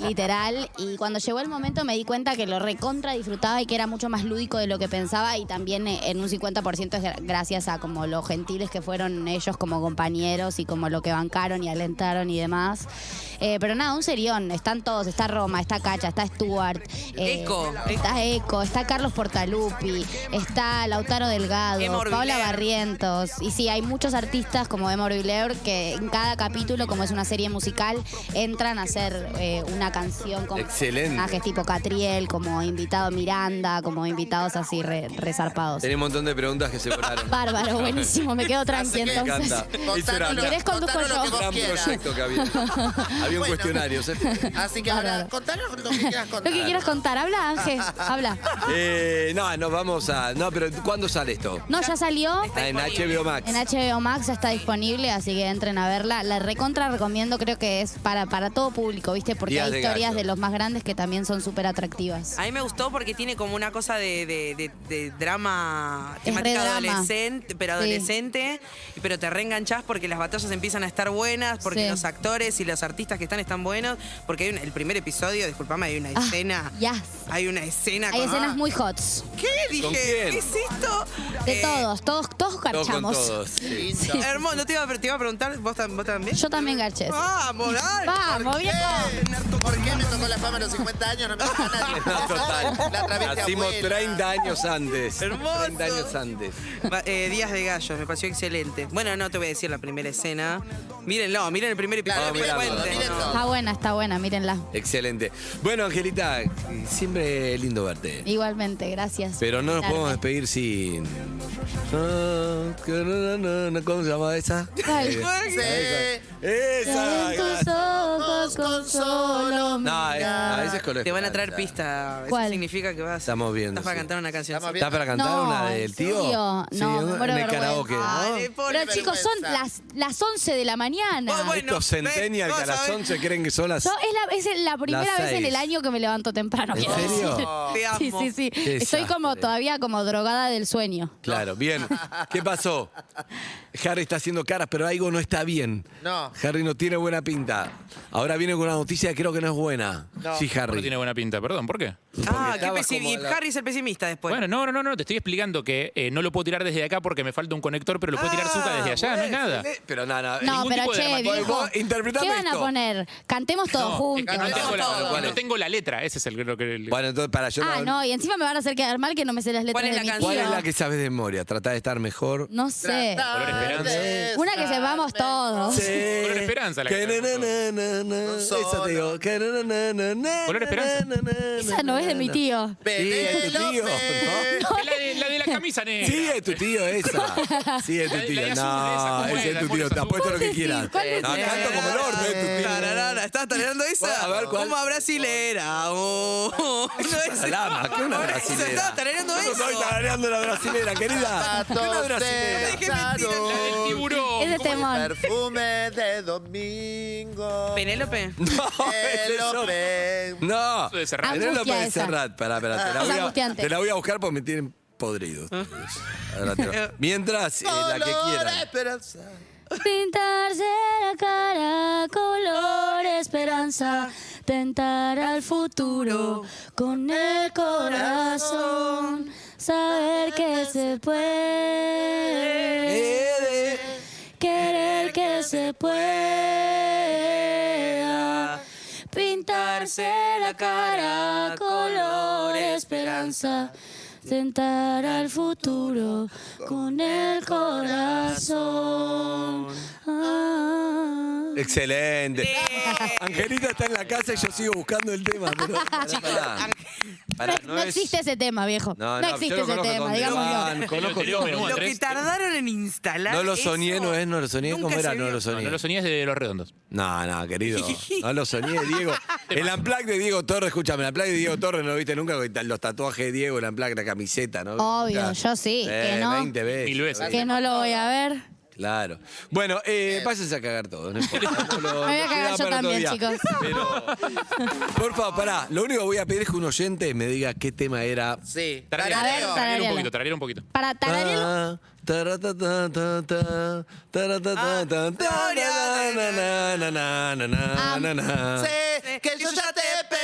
Speaker 2: literal. Y cuando llegó el momento me di cuenta que lo recontra disfrutaba y que era mucho más lúdico de lo que pensaba y también eh, en un 50% es gra- gracias a como los gentiles que fueron ellos como compañeros y como lo que bancaron bancaron y alentaron y demás. Eh, pero nada, un serión. Están todos. Está Roma, está Cacha, está Stuart. eh,
Speaker 5: Eco.
Speaker 2: Está Eco, está Carlos Portalupi, está Lautaro Delgado,
Speaker 5: Emma Orbiler.
Speaker 2: Paula Barrientos. Y sí, hay muchos artistas como Emma Orbiler que en cada capítulo, como es una serie musical, entran a hacer eh, una canción con
Speaker 3: Excelente.
Speaker 2: personajes tipo Catriel, como invitado Miranda, como invitados así re- resarpados.
Speaker 3: Tenía un montón de preguntas que se volaron.
Speaker 2: Bárbaro, buenísimo, me quedo tranqui
Speaker 4: Así que
Speaker 3: Me
Speaker 2: entonces.
Speaker 3: encanta. Eso era
Speaker 4: Contanos
Speaker 3: un
Speaker 4: lo-
Speaker 2: Si querés, conduzco
Speaker 4: contanos
Speaker 2: yo.
Speaker 4: lo que
Speaker 3: gran
Speaker 4: vos quieras.
Speaker 3: proyecto que había. Había un
Speaker 4: Bueno.
Speaker 3: cuestionario. ¿sí?
Speaker 4: Así que ahora, contanos lo que quieras
Speaker 2: Lo
Speaker 4: contar.
Speaker 2: que quieras contar, habla Ángel, habla.
Speaker 3: Eh, no, nos vamos a. No, pero ¿cuándo sale esto?
Speaker 2: No, ya salió.
Speaker 3: Ah, en HBO Max.
Speaker 2: En HBO Max ya está disponible, así que entren a verla. La recontra recomiendo, creo que es para, para todo público, ¿viste? Porque
Speaker 3: Días
Speaker 2: hay
Speaker 3: de
Speaker 2: historias
Speaker 3: gallo.
Speaker 2: de los más grandes que también son súper atractivas.
Speaker 5: A mí me gustó porque tiene como una cosa de, de- de- de drama,
Speaker 2: Es
Speaker 5: temática
Speaker 2: re drama.
Speaker 5: adolescente, pero
Speaker 2: Sí.
Speaker 5: adolescente, pero te reenganchás porque las batallas empiezan a estar buenas, porque
Speaker 2: Sí.
Speaker 5: los actores y los artistas que están están buenos, porque hay un- el primer episodio, disculpame, hay una
Speaker 2: Ah,
Speaker 5: escena.
Speaker 2: yes.
Speaker 5: Hay una escena
Speaker 2: Hay
Speaker 5: con- ah,
Speaker 2: escenas muy hots.
Speaker 5: ¿Qué? Dije,
Speaker 3: ¿Con quién?
Speaker 5: ¿qué es esto?
Speaker 2: De
Speaker 5: Eh,
Speaker 2: todos, todos,
Speaker 3: Todos
Speaker 2: todos
Speaker 3: con
Speaker 2: garchamos.
Speaker 3: todos. sí.
Speaker 4: Lindo.
Speaker 5: Hermoso, no te iba, a pre- te iba a preguntar, ¿vos, tam- vos también?
Speaker 2: Yo también garché.
Speaker 5: Vamos, dale.
Speaker 2: Vamos, viejo.
Speaker 4: ¿Por qué me tocó la fama a los 50 años? No me tocó a nadie.
Speaker 3: No, total.
Speaker 4: La travesti
Speaker 3: Nacimos
Speaker 4: abuela.
Speaker 3: 30 años antes.
Speaker 5: Hermoso.
Speaker 3: 30 años antes.
Speaker 5: Va- eh, Días de Gallos, me pareció excelente. Bueno, no te voy a decir la primera escena. Mírenlo, miren el primer episodio.
Speaker 4: Claro,
Speaker 5: que
Speaker 4: miren todo,
Speaker 5: cuenten.
Speaker 4: miren todo.
Speaker 2: Está buena, está buena, mírenla.
Speaker 3: Excelente. Bueno, Angelita, siempre lindo verte.
Speaker 2: Igualmente, gracias.
Speaker 3: Pero no nos
Speaker 2: Claro.
Speaker 3: podemos despedir sin. ¿Cómo se llama esa? Eh,
Speaker 2: ¿Cuál?
Speaker 4: Sí.
Speaker 3: Esa.
Speaker 2: En tus ojos con solo
Speaker 3: No, es- a veces con
Speaker 5: Te van a traer pistas. Eso
Speaker 2: ¿Cuál?
Speaker 5: significa que vas.
Speaker 3: Estamos viendo,
Speaker 5: Estás para
Speaker 3: sí.
Speaker 5: cantar una canción.
Speaker 4: Estamos
Speaker 3: ¿Está para cantar
Speaker 2: No,
Speaker 3: una del
Speaker 2: ¿en
Speaker 3: tío?
Speaker 2: serio?
Speaker 3: Sí,
Speaker 2: No, me
Speaker 3: un-
Speaker 2: muero
Speaker 3: en
Speaker 2: de
Speaker 3: el karaoke.
Speaker 2: vergüenza.
Speaker 3: ¿no?
Speaker 5: Ay, pobre
Speaker 2: Pero chicos, son
Speaker 4: vergüenza.
Speaker 2: las, las 11 de la mañana.
Speaker 5: Oh, bueno.
Speaker 3: Estos centenial
Speaker 5: ¿ves?
Speaker 3: que a las
Speaker 5: Vos sabés.
Speaker 3: 11 creen que son las.
Speaker 2: Yo- es la, es la primera
Speaker 3: Las
Speaker 2: vez en
Speaker 3: seis.
Speaker 2: el año que me levanto temprano.
Speaker 3: ¿En
Speaker 2: quiero
Speaker 3: serio?
Speaker 2: decir.
Speaker 5: Te amo.
Speaker 2: Sí, sí, sí.
Speaker 3: Qué
Speaker 2: Estoy como
Speaker 3: desastre.
Speaker 2: todavía como drogada del sueño.
Speaker 3: Claro, bien. ¿Qué pasó? Harry está haciendo caras, pero algo no está bien.
Speaker 4: No.
Speaker 3: Harry no tiene buena pinta. Ahora viene con una noticia que creo que no es buena.
Speaker 4: No.
Speaker 3: Sí,
Speaker 6: No
Speaker 3: Harry.
Speaker 6: tiene buena pinta, perdón, ¿por qué?
Speaker 5: Ah, qué
Speaker 3: estabas como
Speaker 5: pesimista.
Speaker 3: la-
Speaker 5: Harry es el pesimista después.
Speaker 6: Bueno, no, no, no, no, te estoy explicando que eh, no lo puedo tirar desde acá porque me falta un conector, pero lo puedo
Speaker 3: Ah,
Speaker 6: tirar Zuka desde allá, no es nada.
Speaker 3: Pero nada,
Speaker 2: No,
Speaker 6: ningún
Speaker 2: Ah, pero
Speaker 6: tipo de
Speaker 2: che,
Speaker 6: dramatismo.
Speaker 2: viejo.
Speaker 3: Vos interpretame
Speaker 2: ¿Qué van a
Speaker 3: esto.
Speaker 2: poner? Cantemos todos
Speaker 6: No, es
Speaker 2: juntos.
Speaker 6: que no,
Speaker 4: Cantemos
Speaker 6: tengo
Speaker 4: todos.
Speaker 6: la,
Speaker 3: ¿Cuál
Speaker 6: no
Speaker 3: es?
Speaker 6: tengo la letra, ese es el lo que... el-
Speaker 3: Bueno, entonces para yo
Speaker 2: ah,
Speaker 3: no.
Speaker 2: no, y encima me van a hacer quedar mal que no me sé las letras
Speaker 5: ¿Cuál es
Speaker 2: de
Speaker 5: la
Speaker 2: mi
Speaker 5: canción?
Speaker 3: ¿Cuál
Speaker 2: tío.
Speaker 3: es la que sabes de memoria? Trata de estar mejor.
Speaker 2: No sé.
Speaker 4: Tratar
Speaker 6: Color
Speaker 4: de
Speaker 2: Una que
Speaker 4: estar
Speaker 2: sepamos todos.
Speaker 3: Oh, Sí.
Speaker 6: Color Esperanza la
Speaker 3: que
Speaker 6: que
Speaker 3: na, na, na, na, na.
Speaker 4: Solo.
Speaker 3: Esa te digo. Que na, na, na, na,
Speaker 6: Color
Speaker 3: na,
Speaker 6: Esperanza.
Speaker 3: na, na, na,
Speaker 2: Esa no es de mi tío.
Speaker 3: Sí, es tu tío.
Speaker 4: Penélope.
Speaker 3: ¿no?
Speaker 6: Es la, de, la de la camisa negra.
Speaker 3: Sí, es tu tío esa. Sí, es tu
Speaker 6: La- la de
Speaker 3: tío.
Speaker 6: azul,
Speaker 3: No,
Speaker 6: esa, ¿cómo
Speaker 3: ese es
Speaker 6: era?
Speaker 3: tu
Speaker 6: ¿Cuál
Speaker 3: tío.
Speaker 6: es
Speaker 3: Te
Speaker 6: azul?
Speaker 3: apuesto lo que
Speaker 2: ¿Cuál
Speaker 3: quieras.
Speaker 2: es? ¿Cuál es?
Speaker 3: No, canto como el orto, es tu tío.
Speaker 5: Tararara, ¿Estás tolerando esa?
Speaker 3: A ver, ¿cuál?
Speaker 5: ¿Cómo brasilera? Oh, no es
Speaker 3: Salama, ¿qué una
Speaker 5: Por eso
Speaker 3: brasilera?
Speaker 5: Estaba tarareando
Speaker 3: Yo no
Speaker 5: eso.
Speaker 3: estoy tarareando la brasilera, querida. ¿Qué una brasilera?
Speaker 5: Dije mentira,
Speaker 6: La del tiburón.
Speaker 2: Es de
Speaker 6: ¿Cómo-
Speaker 2: temón.
Speaker 4: Perfume de domingo.
Speaker 5: Penélope.
Speaker 3: No,
Speaker 6: Eh,
Speaker 3: ese es otro.
Speaker 4: Penélope.
Speaker 3: No,
Speaker 6: Eso de Serrat.
Speaker 3: Penélope
Speaker 2: Angustia
Speaker 3: de
Speaker 2: esa.
Speaker 3: Serrat. Pará, pará, te la,
Speaker 2: Es
Speaker 3: voy a,
Speaker 2: angustiante.
Speaker 3: te la voy a buscar porque me tienen podrido. ustedes. Ahora te la- Mientras, eh, la que
Speaker 4: Color
Speaker 3: quieran.
Speaker 4: esperanza.
Speaker 2: Pintarse la cara color esperanza, tentar al futuro con el corazón, saber que se puede,
Speaker 3: Eh,
Speaker 2: querer que se pueda. Pintarse la cara color esperanza, tentar al futuro con el corazón. Ah.
Speaker 3: de- Excelente. Angelita está en la casa y yo sigo buscando el tema. Pero, pará, pará,
Speaker 2: No, existe ese tema, viejo.
Speaker 3: No,
Speaker 2: No,
Speaker 3: no,
Speaker 2: existe
Speaker 3: yo no
Speaker 2: ese
Speaker 3: conozco
Speaker 2: tema,
Speaker 3: dónde van,
Speaker 2: digámoslo.
Speaker 3: conozco
Speaker 6: Te digo
Speaker 3: todo.
Speaker 6: menú,
Speaker 5: Lo que
Speaker 6: Andrés.
Speaker 5: tardaron en instalar.
Speaker 3: No lo soñé,
Speaker 5: eso,
Speaker 3: no es, no lo soñé. ¿Cómo
Speaker 5: nunca
Speaker 3: era?
Speaker 5: se
Speaker 3: No
Speaker 5: vio.
Speaker 3: lo
Speaker 6: No,
Speaker 3: soñé.
Speaker 6: no lo soñé es de los redondos.
Speaker 3: No, no, querido. No lo soñé, Diego. El amplac de Diego Torres, escúchame, el amplac de Diego Torres no lo viste nunca, porque los tatuajes de Diego, el amplac, la camiseta, ¿no?
Speaker 2: Obvio,
Speaker 3: Nunca.
Speaker 2: yo sí, que no.
Speaker 3: 20 veces.
Speaker 6: Mil veces.
Speaker 2: Que no lo voy a ver.
Speaker 3: Claro. Bueno, eh, váyanse a cagar todos, no importa. No lo-
Speaker 2: Me voy a
Speaker 3: no queda para
Speaker 2: cagar yo
Speaker 3: otro
Speaker 2: también,
Speaker 3: día.
Speaker 2: chicos.
Speaker 3: Pero, por favor, pará. Lo único que voy a pedir es que un oyente me diga qué tema era.
Speaker 4: Sí.
Speaker 6: Tararear,
Speaker 2: A ver,
Speaker 4: Tarareo.
Speaker 2: tararealo.
Speaker 6: tararear un poquito, tararear un poquito.
Speaker 2: Para tararearlo.
Speaker 3: Ah, taratata, tata, taratata, tata,
Speaker 2: Ah,
Speaker 3: na, na, na, na, na, na, na, na, na.
Speaker 4: Sé que yo ya te perdí.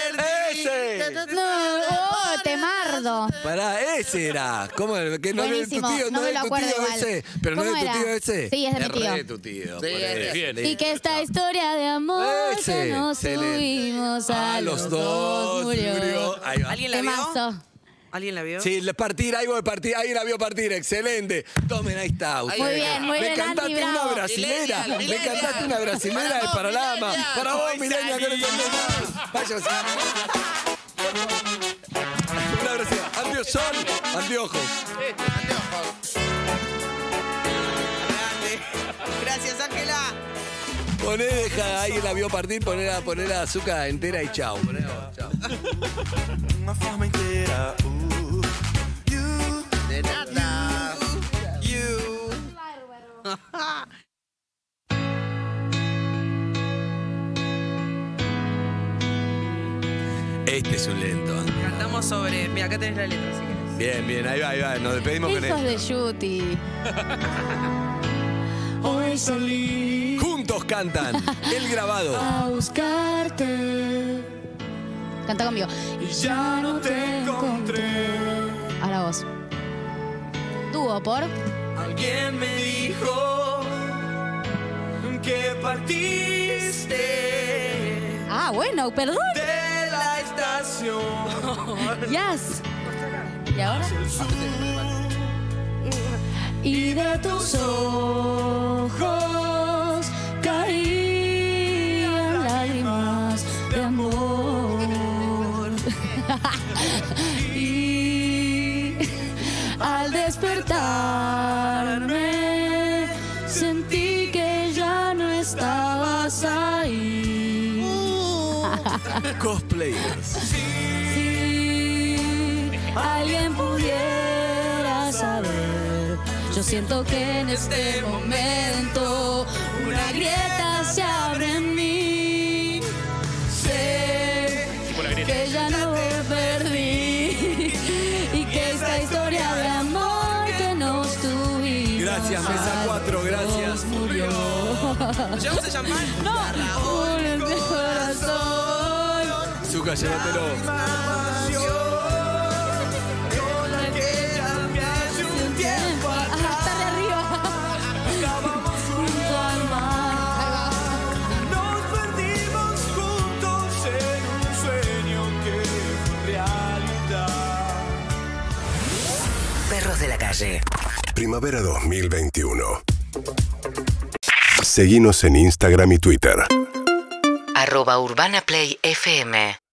Speaker 3: Ese.
Speaker 2: No, oh, temardo.
Speaker 3: Pará, ese era. ¿Cómo? era? Que no era de tu
Speaker 2: Buenísimo,
Speaker 3: tío,
Speaker 2: no
Speaker 3: no,
Speaker 2: me
Speaker 3: era de
Speaker 2: lo
Speaker 3: tu
Speaker 2: acuerdo
Speaker 3: tío
Speaker 2: igual.
Speaker 3: ese. Pero no
Speaker 2: ¿Cómo
Speaker 3: es de tu tío
Speaker 2: era?
Speaker 3: ese.
Speaker 2: Sí, es de mi tío.
Speaker 3: re de tu tío.
Speaker 4: Sí,
Speaker 3: por
Speaker 4: es de-
Speaker 3: eso.
Speaker 6: Bien.
Speaker 2: Y que esta historia de amor
Speaker 3: Ese,
Speaker 2: que nos
Speaker 3: Eh, excelente.
Speaker 2: subimos a,
Speaker 3: Ah, los dos murió. Ahí va.
Speaker 5: ¿Alguien la vio?
Speaker 2: Temazo.
Speaker 5: ¿Alguien la vio?
Speaker 3: Sí, le- partir, ahí voy a partir, ahí la vio partir, excelente. Tomen, ahí está. usted.
Speaker 4: Muy
Speaker 2: bien, muy
Speaker 3: Me
Speaker 2: bien,
Speaker 3: cantaste
Speaker 2: Andy,
Speaker 3: una
Speaker 2: bravo.
Speaker 3: brasilera,
Speaker 4: Millennial,
Speaker 3: me
Speaker 4: millennial.
Speaker 3: cantaste una brasilera
Speaker 4: Para
Speaker 3: de
Speaker 4: vos,
Speaker 3: Paralama.
Speaker 4: millennial.
Speaker 3: Para vos,
Speaker 6: Hoy
Speaker 3: Milenia, que
Speaker 6: salí.
Speaker 3: eres millennial. Váyase. Una brasilera. Andio sol, anteojos.
Speaker 5: Grande. Gracias, Ángela.
Speaker 3: Poné, deja, ahí la vio partir, poné la, poné la azúcar entera y chao. Poné la- chao.
Speaker 7: Uma forma inteira. Uh, you,
Speaker 4: De nada.
Speaker 5: You.
Speaker 3: Este es un lento.
Speaker 5: Cantamos sobre. Mira, acá tenés la letra si querés.
Speaker 3: Bien, bien, ahí va, ahí va. Nos despedimos con
Speaker 2: Hijos
Speaker 3: él.
Speaker 2: de Yuti.
Speaker 7: hoy salí
Speaker 3: Juntos cantan el grabado.
Speaker 7: a buscarte
Speaker 2: Canta conmigo.
Speaker 7: e já não te encontré.
Speaker 2: Ahora vos. Dúo por.
Speaker 7: Alguien me dijo que partiste
Speaker 2: Ah, bueno, perdón.
Speaker 7: de la estación
Speaker 2: Yes. Y ahora.
Speaker 7: y de tus ojos caían lágrimas de amor. Y al despertarme sentí que ya no estabas ahí.
Speaker 3: Cosplayers.
Speaker 7: Si alguien pudiera saber, yo siento que en este momento una grieta se abre en mí. Sé
Speaker 6: Tipo la grieta.
Speaker 7: que ya no perdí y que esta historia de amor que nos tuvimos
Speaker 3: Gracias, mesa 4, gracias.
Speaker 5: Yo se llama.
Speaker 7: por el corazón
Speaker 3: Zucca, llévatelo.
Speaker 2: Ah, está de arriba.
Speaker 7: junto al mar.
Speaker 2: Ahí va.
Speaker 7: Nos perdimos juntos en un sueño que fue realidad.
Speaker 8: Perros de la calle.
Speaker 1: Primavera 2021. Seguimos en Instagram y Twitter.
Speaker 8: Arroba Urbana Play FM.